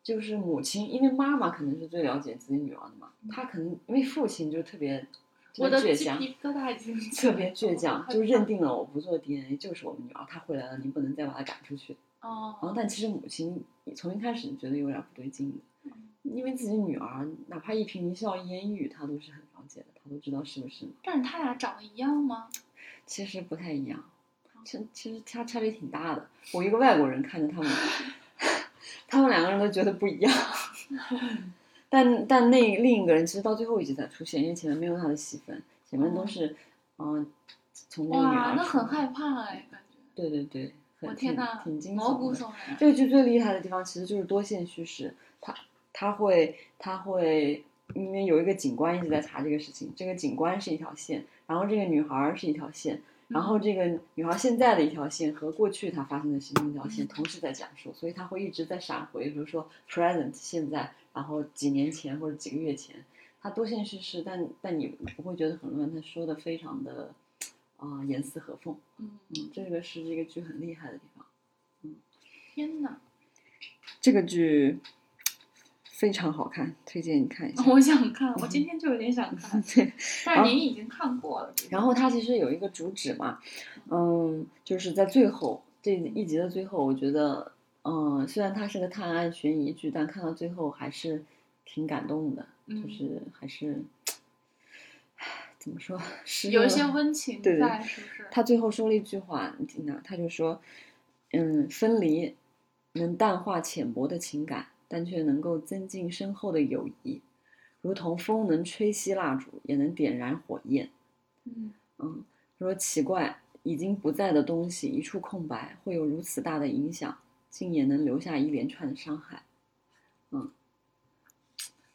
Speaker 1: 就是母亲，因为妈妈可能是最了解自己女儿的嘛，
Speaker 2: 嗯
Speaker 1: 她可能因为父亲就特别特别
Speaker 2: 我的
Speaker 1: 倔
Speaker 2: 鸡
Speaker 1: 强，
Speaker 2: 皮疙瘩已经起
Speaker 1: 特
Speaker 2: 来
Speaker 1: 别
Speaker 2: 了
Speaker 1: 倔强，就认定了我不做 DNA 就是我们女儿，她回来了，你不能再把她赶出去。然后，
Speaker 2: 哦，
Speaker 1: 但其实母亲从一开始觉得有点不对劲的，
Speaker 2: 嗯
Speaker 1: 因为自己女儿哪怕一颦一笑、一言一语，她都是很了解的，她都知道是不是嘛。
Speaker 2: 但是他俩长得一样吗？
Speaker 1: 其实不太一样，
Speaker 2: 哦
Speaker 1: 其其实差差别挺大的。我一个外国人看着他 们，他们两个人都觉得不一样。但但那另一个人其实到最后一集才出现，因为前面没有他的戏份，前面都是嗯、从那个女
Speaker 2: 哦哇，
Speaker 1: 儿
Speaker 2: 那
Speaker 1: 出
Speaker 2: 很害怕哎，感觉。
Speaker 1: 对对对，很
Speaker 2: 我天
Speaker 1: 挺
Speaker 2: 呐，
Speaker 1: 挺惊
Speaker 2: 毛
Speaker 1: 悚
Speaker 2: 骨
Speaker 1: 的。
Speaker 2: 悚然。
Speaker 1: 这个剧最厉害的地方其实就是多线叙事，它它会它会因为有一个警官一直在查这个事情，这个警官是一条线，然后这个女孩儿是一条线，然
Speaker 2: 嗯
Speaker 1: 后这个女孩现在的一条线和过去她发生的事情一条线
Speaker 2: 嗯
Speaker 1: 同时在讲述，所以她会一直在闪回，比如说 present 现在，然后几年前或者几个月前，她多线叙事，但但你不会觉得很乱，她说的非常的啊、呃严丝合缝，
Speaker 2: 嗯，
Speaker 1: 嗯，这个是这个剧很厉害的地方。
Speaker 2: 天呐，
Speaker 1: 这个剧非常好看，推荐你看一下。，
Speaker 2: 我想看，我今天就有点想看
Speaker 1: 对，
Speaker 2: 但是您已经看过了。
Speaker 1: 哦然后它其实有一个主旨嘛，嗯，就是在最后这一集的最后，我觉得，嗯，虽然它是个探案悬疑剧，但看到最后还是挺感动的，就
Speaker 2: 嗯
Speaker 1: 是还是， 唉怎么说，是
Speaker 2: 有一些温情
Speaker 1: 对对
Speaker 2: 在，是不是？
Speaker 1: 他最后说了一句话，你听到，啊他就说，嗯，分离能淡化浅薄的情感，但却能够增进深厚的友谊，如同风能吹熄蜡烛，也能点燃火焰。
Speaker 2: 嗯，
Speaker 1: 嗯，他说奇怪，已经不在的东西，一处空白，会有如此大的影响，竟也能留下一连串的伤害。嗯，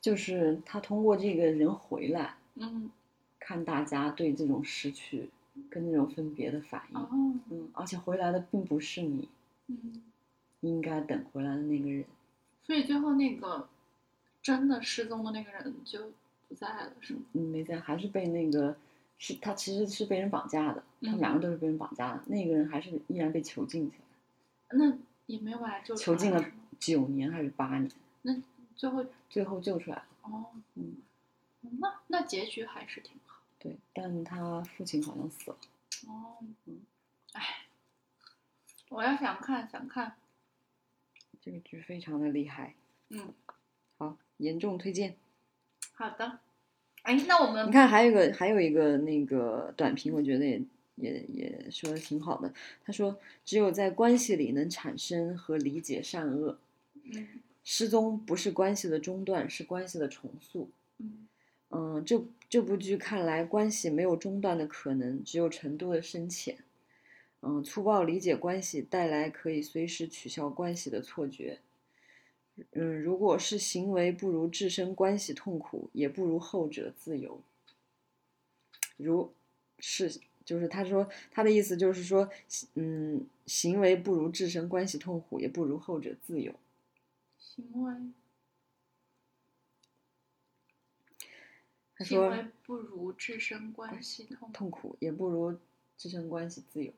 Speaker 1: 就是他通过这个人回来，
Speaker 2: 嗯，
Speaker 1: 看大家对这种失去跟这种分别的反应。
Speaker 2: 哦，
Speaker 1: 嗯，而且回来的并不是你
Speaker 2: 嗯，
Speaker 1: 应该等回来的那个人，
Speaker 2: 所以最后那个真的失踪的那个人就不在了，是吗？
Speaker 1: 嗯，没在，还是被那个是他其实是被人绑架的，他们
Speaker 2: 嗯
Speaker 1: 两个都是被人绑架的，那个人还是依然被囚禁起来，
Speaker 2: 那也没有把他救出
Speaker 1: 嗯囚
Speaker 2: 来
Speaker 1: 禁了
Speaker 2: 是吗
Speaker 1: 九年还是八年，
Speaker 2: 最后
Speaker 1: 最后救出来了，
Speaker 2: 哦，
Speaker 1: 嗯，
Speaker 2: 那那结局还是挺好。
Speaker 1: 对，但他父亲好像死了，
Speaker 2: 哦，
Speaker 1: 嗯
Speaker 2: 哎，我要想看想看，
Speaker 1: 这个剧非常的厉害，
Speaker 2: 嗯，
Speaker 1: 好，严重推荐。
Speaker 2: 好的。哎，那我
Speaker 1: 你
Speaker 2: 们
Speaker 1: 看，还有一个还有一个那个短评，我觉得也也也说的挺好的，他说只有在关系里能产生和理解善恶。
Speaker 2: 嗯
Speaker 1: 失踪不是关系的中断，是关系的重塑。
Speaker 2: 嗯
Speaker 1: 嗯，这这部剧看来，关系没有中断的可能，只有程度的深浅。嗯，粗暴理解关系带来可以随时取消关系的错觉。嗯，如果是行为不如置身关系痛苦，也不如后者自由。如是，就是他说他的意思就是说，嗯，行为不如置身关系痛苦，也不如后者自由。
Speaker 2: 行为
Speaker 1: 他
Speaker 2: 行
Speaker 1: 说嗯
Speaker 2: 为不如置身关系痛苦。
Speaker 1: 痛苦，也不如置身关系自由。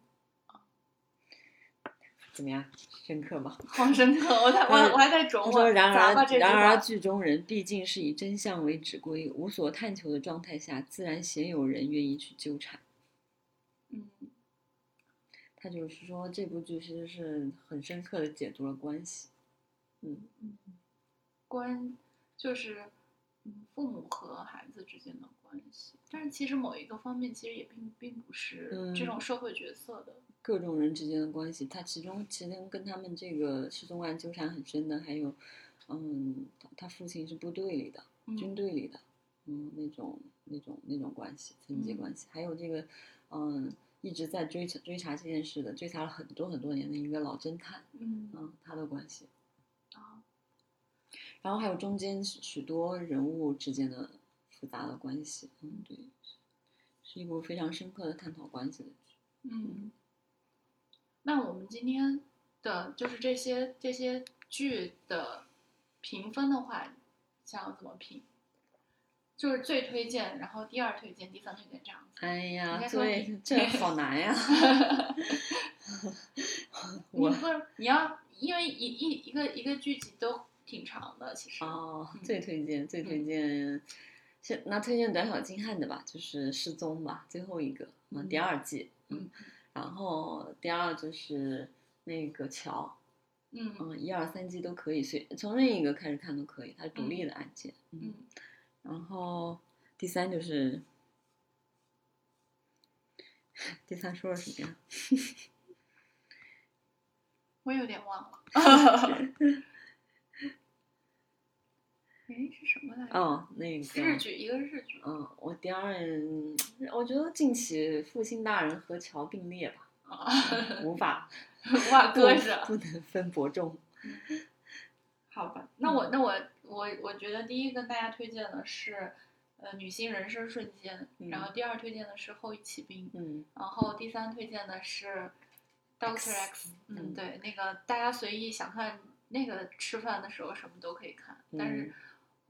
Speaker 1: 怎么样，深刻吧？
Speaker 2: 好深刻，我在我
Speaker 1: 嗯
Speaker 2: 我还在琢
Speaker 1: 他
Speaker 2: 磨
Speaker 1: 说：“然
Speaker 2: 咋把
Speaker 1: 而，
Speaker 2: 这句
Speaker 1: 然而，
Speaker 2: 话
Speaker 1: 剧中人毕竟是以真相为指归，无所探求的状态下，自然鲜有人愿意去纠缠。
Speaker 2: 嗯
Speaker 1: 他就是说，这部剧其实是很深刻的解读了关系。嗯，
Speaker 2: 嗯关就是嗯父母和孩子之间的关系，但是其实某一个方面其实也并并不是这
Speaker 1: 嗯
Speaker 2: 种社会角色的。
Speaker 1: 各种人之间的关系，他其中其中跟他们这个失踪案纠缠很深的，还有，嗯，他他父亲是部队里的，军
Speaker 2: 嗯
Speaker 1: 队里的，嗯，那种那种那种关系，层级
Speaker 2: 嗯
Speaker 1: 关系，还有这个，嗯，一直在追查追查这件事的，追查了很多很多年的一个老侦探，
Speaker 2: 嗯
Speaker 1: 嗯，他的关系，
Speaker 2: 啊
Speaker 1: 然后还有中间许许多人物之间的复杂的关系。嗯，对，是一部非常深刻的探讨关系的剧。
Speaker 2: 嗯，那我们今天的就是这些这些剧的评分的话，想要怎么评？就是最推荐，然后第二推荐，第三推荐这样子。
Speaker 1: 哎
Speaker 2: 应
Speaker 1: 呀，
Speaker 2: 该说
Speaker 1: 对
Speaker 2: 你，
Speaker 1: 这好难呀！
Speaker 2: 你
Speaker 1: 我
Speaker 2: 不是你要，因为一一一个一个剧集都挺长的，其实。
Speaker 1: 哦
Speaker 2: 嗯，
Speaker 1: 最推荐最推荐，是那推荐短小精悍的吧，就是《失踪》吧，最后一个，嗯，第
Speaker 2: 嗯
Speaker 1: 二季，
Speaker 2: 嗯，
Speaker 1: 然后第二就是那个桥，
Speaker 2: 嗯
Speaker 1: 嗯，一二三季都可以，随从任一个开始看都可以，它是独
Speaker 2: 嗯
Speaker 1: 立的案件，
Speaker 2: 嗯，
Speaker 1: 然后第三就是， 第三说了什 么呀？
Speaker 2: 我有点忘了。 哎，是什么来着？
Speaker 1: 哦，那个
Speaker 2: 日剧，一个日 剧。
Speaker 1: 嗯，我第二，我觉得近期复兴大人和乔并列吧，嗯
Speaker 2: 啊，
Speaker 1: 无 法
Speaker 2: 哇，
Speaker 1: 不
Speaker 2: 搁 着。
Speaker 1: 不能分伯仲。
Speaker 2: 好吧，那
Speaker 1: 嗯
Speaker 2: 我那我我我觉得第一跟大家推荐的是，呃，女星人生瞬间，
Speaker 1: 嗯
Speaker 2: 然后第二推荐的是后羿骑兵，
Speaker 1: 嗯，
Speaker 2: 然后第三推荐的是 Doctor X，嗯，
Speaker 1: 嗯
Speaker 2: 对，那个大家随意想看，那个吃饭的时候什么都可以看，但是，
Speaker 1: 嗯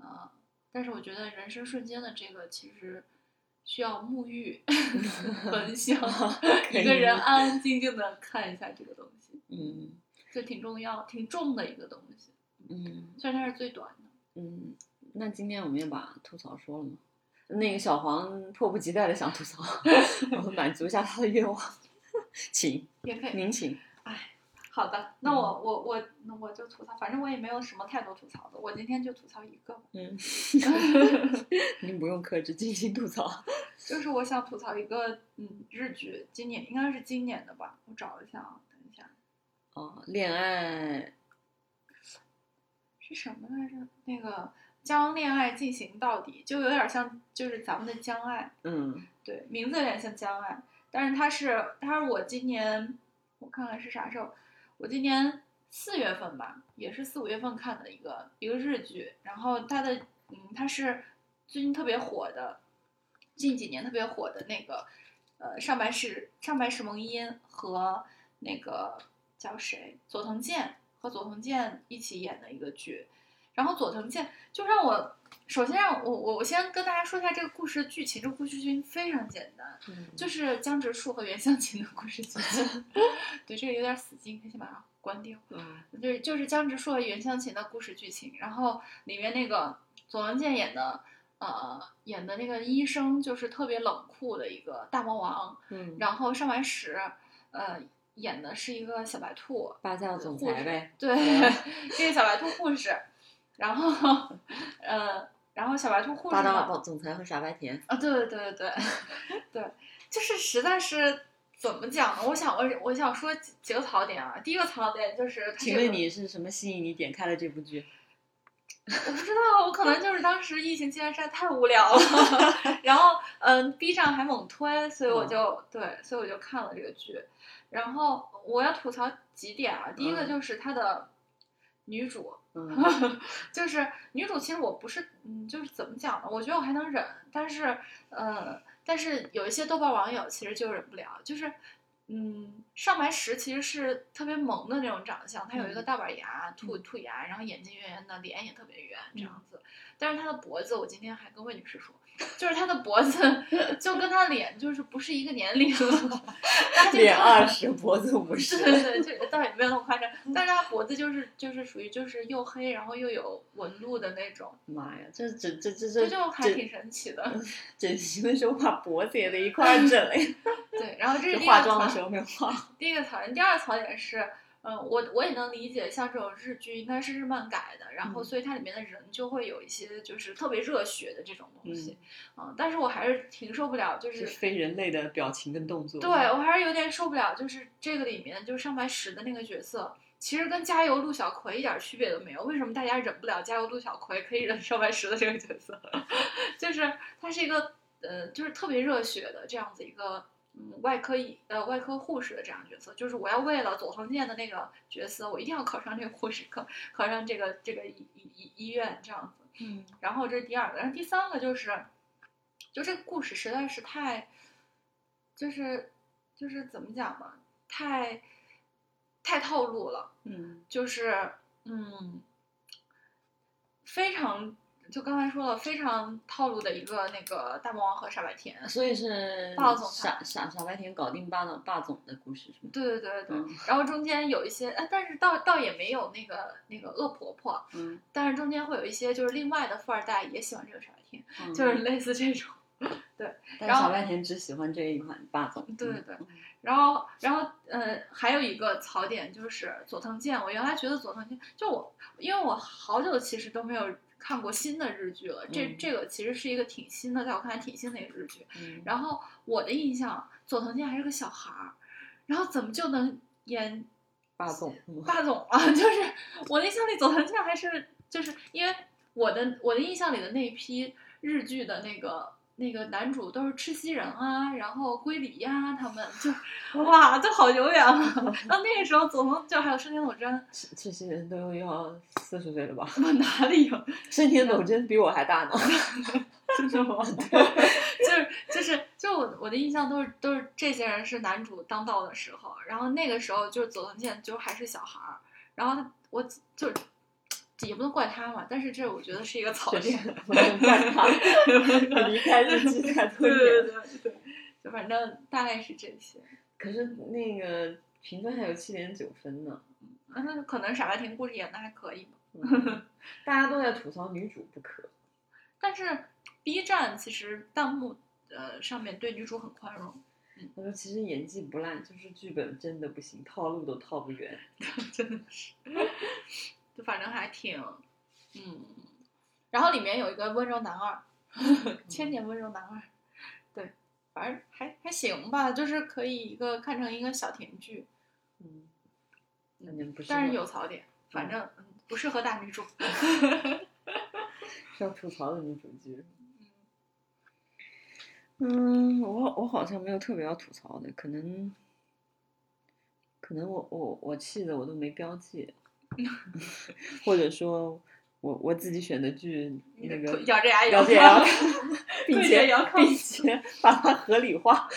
Speaker 2: 呃，但是我觉得人生瞬间的这个其实需要 沐浴焚香，
Speaker 1: 可
Speaker 2: 一个
Speaker 1: 以
Speaker 2: 人安安静静的看一下这个东西，
Speaker 1: 嗯
Speaker 2: 这挺重要、挺重的一个东西，
Speaker 1: 嗯
Speaker 2: 虽然它是最短的。
Speaker 1: 嗯，那今天我们也把吐槽说了吗？那个小黄迫不及待的想吐槽， 我们满足一下他的愿望， 请
Speaker 2: 也可以，
Speaker 1: 您请。
Speaker 2: 好的，
Speaker 1: 嗯
Speaker 2: 那我我我那我就吐槽，反正我也没有什么太多吐槽的，我今天就吐槽一个吧，
Speaker 1: 嗯， 您不用克制，尽情吐槽。
Speaker 2: 就是我想吐槽一个嗯日剧，今年应该是今年的吧，我找一下啊，等一下
Speaker 1: 哦，恋爱，
Speaker 2: 是什么来着？那个将恋爱进行到底，就有点像就是咱们的将爱，
Speaker 1: 嗯
Speaker 2: 对，名字有点像将爱，但是它是它是我今年我看看是啥时候，我今年四月份吧，也是四五月份看的一个一个日剧，然后它的嗯它是最近特别火的，近几年特别火的那个呃上白石上白石萌音和那个叫谁佐藤健和佐藤健一起演的一个剧，然后佐藤健就让我。首先让我我我先跟大家说一下这个故事的剧情，这个故事剧情非常简单，
Speaker 1: 嗯
Speaker 2: 就是江直树和袁湘琴的故事剧情。 对，这个有点死机，你可以先把它关掉。
Speaker 1: 嗯
Speaker 2: 对，就是江直树和袁湘琴的故事剧情，然后里面那个左文健演的，呃，演的那个医生就是特别冷酷的一个大魔王，
Speaker 1: 嗯，
Speaker 2: 然后上完石，呃，演的是一个小白兔，
Speaker 1: 霸道总
Speaker 2: 护
Speaker 1: 裁
Speaker 2: 士
Speaker 1: 呗。
Speaker 2: 对，这个小白兔护士，然后，呃，然后小白兔护士
Speaker 1: 霸
Speaker 2: 呢
Speaker 1: 道总裁和傻白甜。
Speaker 2: 啊，对对对对 对，就是实在是怎么讲呢？我想我我想说几几个槽点啊。第一个槽点就是，
Speaker 1: 请问，你是什么吸引你点开了这部剧？
Speaker 2: 我不知道，我可能就是当时疫情期间实在太 无聊了，然后嗯，B 站还猛推，所以
Speaker 1: 嗯
Speaker 2: 我就、对，所以我就看了这个剧。然后我要吐槽几点啊，第一个
Speaker 1: 嗯
Speaker 2: 就是它的女主，
Speaker 1: 嗯
Speaker 2: 就是女主，其实我不是，嗯，就是怎么讲呢？我觉得我还能忍，但是，呃，但是有一些豆瓣网友其实就忍不了，就是，嗯，上白石其实是特别萌的那种长相，她有一个
Speaker 1: 嗯嗯
Speaker 2: 大板牙、兔兔牙，然后眼睛圆圆的，脸也特别圆这样子。但是她的脖子，我今天还跟魏女士说， 就是她的脖子就跟她脸就是不是一个 年龄，她 就
Speaker 1: 脸
Speaker 2: 是
Speaker 1: 二十，脖子五十。
Speaker 2: 对对对，这倒也没有那么夸张，
Speaker 1: 嗯
Speaker 2: 但是他脖子就是就是属于就是又黑，然后又有纹路的那种，
Speaker 1: 妈呀，这这这这这
Speaker 2: 这就还挺神奇的。
Speaker 1: 整形的时候把脖子也得一块儿整了呀，
Speaker 2: 对，然后这是第一
Speaker 1: 化
Speaker 2: 个
Speaker 1: 妆的
Speaker 2: 槽
Speaker 1: 时，候没 有化。
Speaker 2: 第一个槽点，第二个槽点是，嗯，我我也能理解，像这种日剧应该是日漫改的，然后
Speaker 1: 嗯
Speaker 2: 所以它里面的人就会有一些就是特别热血的这种东西，嗯，但是我还是挺受不了，就是是
Speaker 1: 非人类的表情跟动作。
Speaker 2: 对我还是有点受不了，就是这个里面就是上白石的那个角色，其实跟加油陆小葵一点区别都没有。为什么大家忍不了加油陆小葵，可以忍上白石的这个角色？ 就是他是一个呃，就是特别热血的这样子一个。嗯，外科医呃，外科护士的这样的角色，就是我要为了佐藤健的那个角色，我一定要考上这个护士，考考上这个这个医医医医院这样子。
Speaker 1: 嗯
Speaker 2: 然后这是第二个，然后第三个就是，就这个故事实在是太，就是就是怎么讲嘛，太太套路了，
Speaker 1: 嗯
Speaker 2: 就是嗯，非常就刚才说了，非常套路的一个那个大魔王和傻白甜。
Speaker 1: 所以是
Speaker 2: 嗯霸总
Speaker 1: 傻傻傻白甜搞定霸总霸总的故事是吗？
Speaker 2: 对对对对，
Speaker 1: 嗯
Speaker 2: 然后中间有一些，哎，但是倒倒也没有那个那个恶婆婆，
Speaker 1: 嗯，
Speaker 2: 但是中间会有一些就是另外的富二代也喜欢这个傻白甜，
Speaker 1: 嗯
Speaker 2: 就是类似这种。
Speaker 1: 但
Speaker 2: 然后
Speaker 1: 傻白甜只喜欢这一款霸总。
Speaker 2: 对
Speaker 1: 嗯
Speaker 2: 对，然后，然后，呃，还有一个槽点就是佐藤健。我原来觉得佐藤健，就我，因为我好久其实都没有看过新的日剧了。这、
Speaker 1: 嗯
Speaker 2: 这个其实是一个挺新的，在我看来挺新的一个日剧。
Speaker 1: 嗯
Speaker 2: 然后我的印象，佐藤健还是个小孩儿，然后怎么就能演
Speaker 1: 霸总嗯是吗？
Speaker 2: 霸总了？啊 就是我的印象里，佐藤健还是就是因为我的我的印象里的那一批日剧的那个。那个男主都是赤西仁啊，然后龟梨呀、他们就 哇，这好久远了。然后那个时候，佐藤就还有生田斗真，
Speaker 1: 这这些人都要四十岁了吧？
Speaker 2: 我哪里有？
Speaker 1: 深田
Speaker 2: 嗯
Speaker 1: 斗真比我还大呢。
Speaker 2: 真的吗？就是就是就我我的印象都是都是这些人是男主当道的时候，然后那个时候就是佐藤健就还是小孩儿，然后他我就也不能怪他嘛，但是这我觉得是一个槽
Speaker 1: 确
Speaker 2: 点
Speaker 1: 实。， 我很怪他离开日剧太多
Speaker 2: 对对
Speaker 1: 年。
Speaker 2: 对对，就反正大概是这些。
Speaker 1: 可是那个评分还有七点九分呢。
Speaker 2: 啊那可能傻白甜故事演的还可以吧，
Speaker 1: 嗯大家都在吐槽女主不可，
Speaker 2: 但是 B 站其实弹幕呃上面对女主很宽容，
Speaker 1: 他说其实演技不烂，就是剧本真的不行，套路都套不圆。
Speaker 2: 真的是，就反正还挺，嗯。然后里面有一个温柔男二， 千年温柔男二，对，反正还还行吧，就是可以一个看成一个小甜剧，
Speaker 1: 嗯，那您不是
Speaker 2: 但是
Speaker 1: 吗
Speaker 2: 有槽点，反正嗯不适合大女主。
Speaker 1: 要吐槽的女主剧。嗯，我我好像没有特别要吐槽的，可能，可能我我我气的我都没标记，或者说我我自己选的剧那个
Speaker 2: 咬着牙
Speaker 1: 了解
Speaker 2: 牙
Speaker 1: 要， 并
Speaker 2: 对
Speaker 1: 且
Speaker 2: 着遥控
Speaker 1: 并且把它合理化。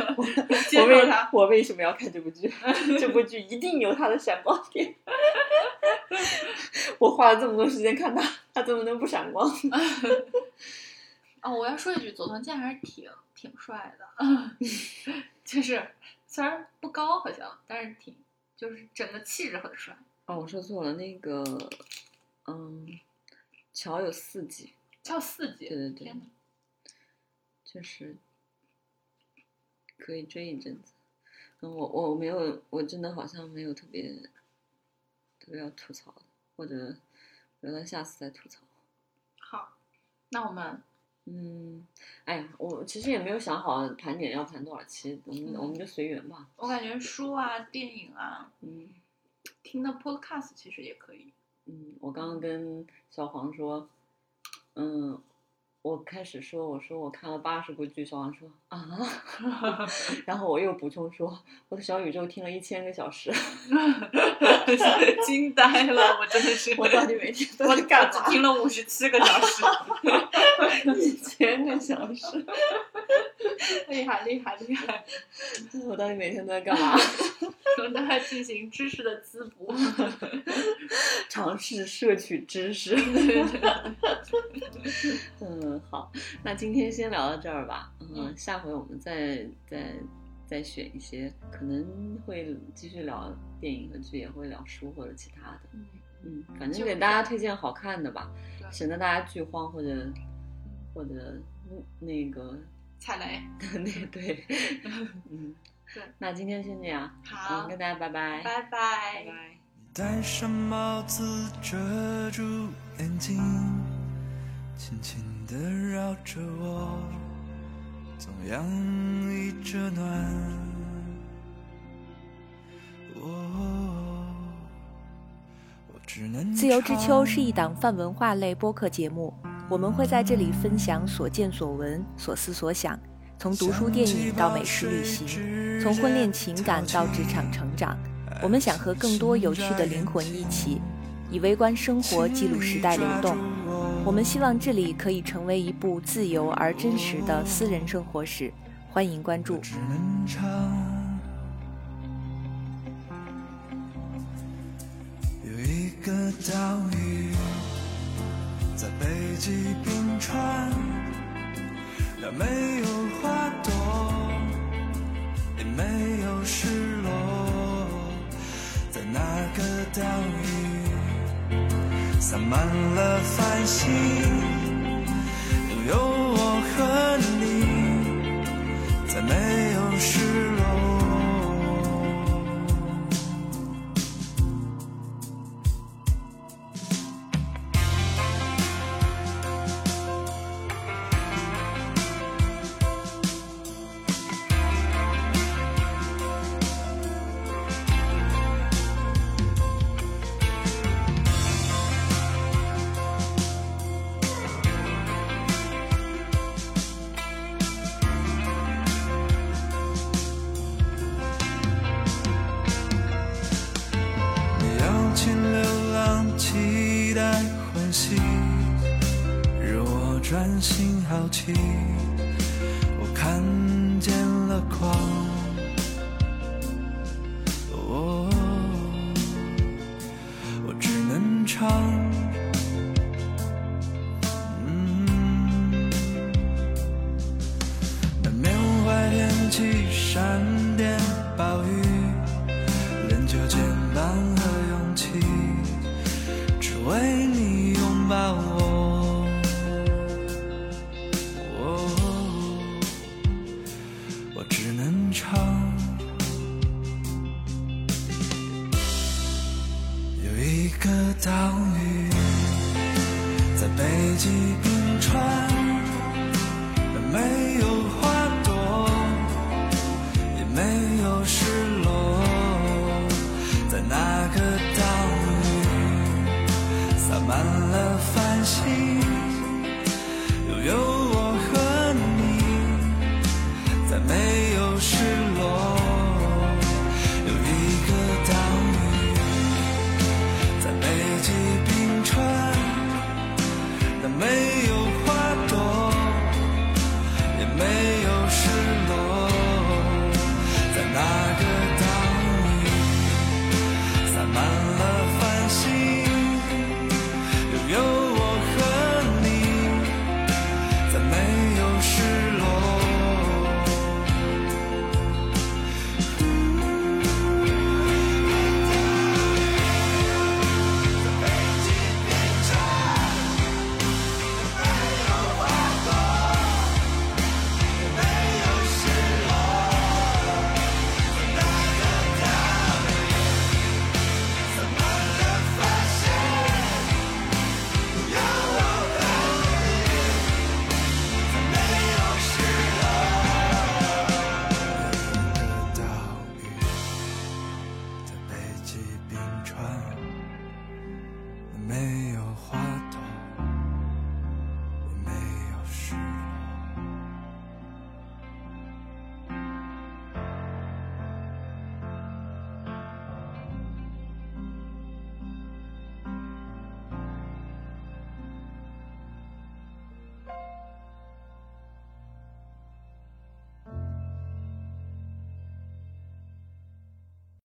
Speaker 2: 接
Speaker 1: 我
Speaker 2: 受
Speaker 1: 为
Speaker 2: 它。
Speaker 1: 我为什么要看这部 剧？这部剧一定有它的闪光点。 我花了这么多时间看它，它怎么能不闪光？
Speaker 2: 哦，我要说一句，佐藤健还是挺挺帅 的，就是虽然不高好像，但是挺就是整个气质很帅。
Speaker 1: 哦，我说错了，那个，嗯，乔有四集，
Speaker 2: 叫四级，
Speaker 1: 对对对
Speaker 2: 天哪！
Speaker 1: 就是可以追一阵子。嗯，我我没有，我真的好像没有特别特别要吐槽的，或者留到下次再吐槽。
Speaker 2: 好，那我们
Speaker 1: 嗯，哎呀，我其实也没有想好盘点要盘多少期，我们、
Speaker 2: 嗯
Speaker 1: 我们就随缘吧。
Speaker 2: 我感觉书啊、电影啊，
Speaker 1: 嗯
Speaker 2: 听的 podcast 其实也 可以。
Speaker 1: 嗯，我刚刚跟小黄说，嗯，我开始说我说我看了八十部剧，小黄说啊， 然后我又补充说我的小宇宙听了一千个小时，
Speaker 2: 惊呆了，我真的是
Speaker 1: 我到底每 天都在干嘛？
Speaker 2: 听了五十七个小 时，
Speaker 1: 一千个小时，
Speaker 2: 厉害厉害厉害！
Speaker 1: 我到底每天都在干嘛？
Speaker 2: 我们在进行知识的滋补。
Speaker 1: 尝试摄取知识。
Speaker 2: 对对对
Speaker 1: 嗯，好，那今天先聊到这儿吧。嗯，
Speaker 2: 嗯
Speaker 1: 下回我们再再再选一些，可能会继续聊电影和剧，也会聊书或者其他的。
Speaker 2: 嗯
Speaker 1: 嗯，反正
Speaker 2: 就
Speaker 1: 给大家推荐好看的吧，
Speaker 2: 对
Speaker 1: 省得大家剧荒或者或者嗯那个
Speaker 2: 踩雷，
Speaker 1: 那 对，嗯，
Speaker 2: 对。
Speaker 1: 那今天先这样，嗯，
Speaker 2: 好，
Speaker 1: 跟大家拜拜，拜
Speaker 2: 拜拜。
Speaker 1: 拜。
Speaker 3: 戴上帽子遮住眼睛，轻轻地绕着我，总洋溢着暖。哦，我只能
Speaker 4: 自由之秋
Speaker 3: 唱
Speaker 4: 是一档泛文化类播客节目，我们会在这里分享所见所闻、所思所想，从读书、电影到美食旅行，从婚恋情感到职场成长，我们想和更多有趣的灵魂一起，以微观生活记录时代流动。我们希望这里可以成为一部自由而真实的私人生活史，欢迎关注。
Speaker 3: 只能唱。有一个岛屿在北极冰川，它没有花朵，也没有失落。在那个岛屿，洒满了繁星，拥有我和你。再没有失落。你邀请流浪，期待欢喜，惹我专心好奇。我看见了光，哦，我只能唱。嗯，难免坏天气，闪电暴雨。练就肩膀和勇气，只为你拥抱我。哦我只能唱。有一个岛屿在北极冰川，那没有花朵。也没有失落，在那个岛屿，洒满了繁星，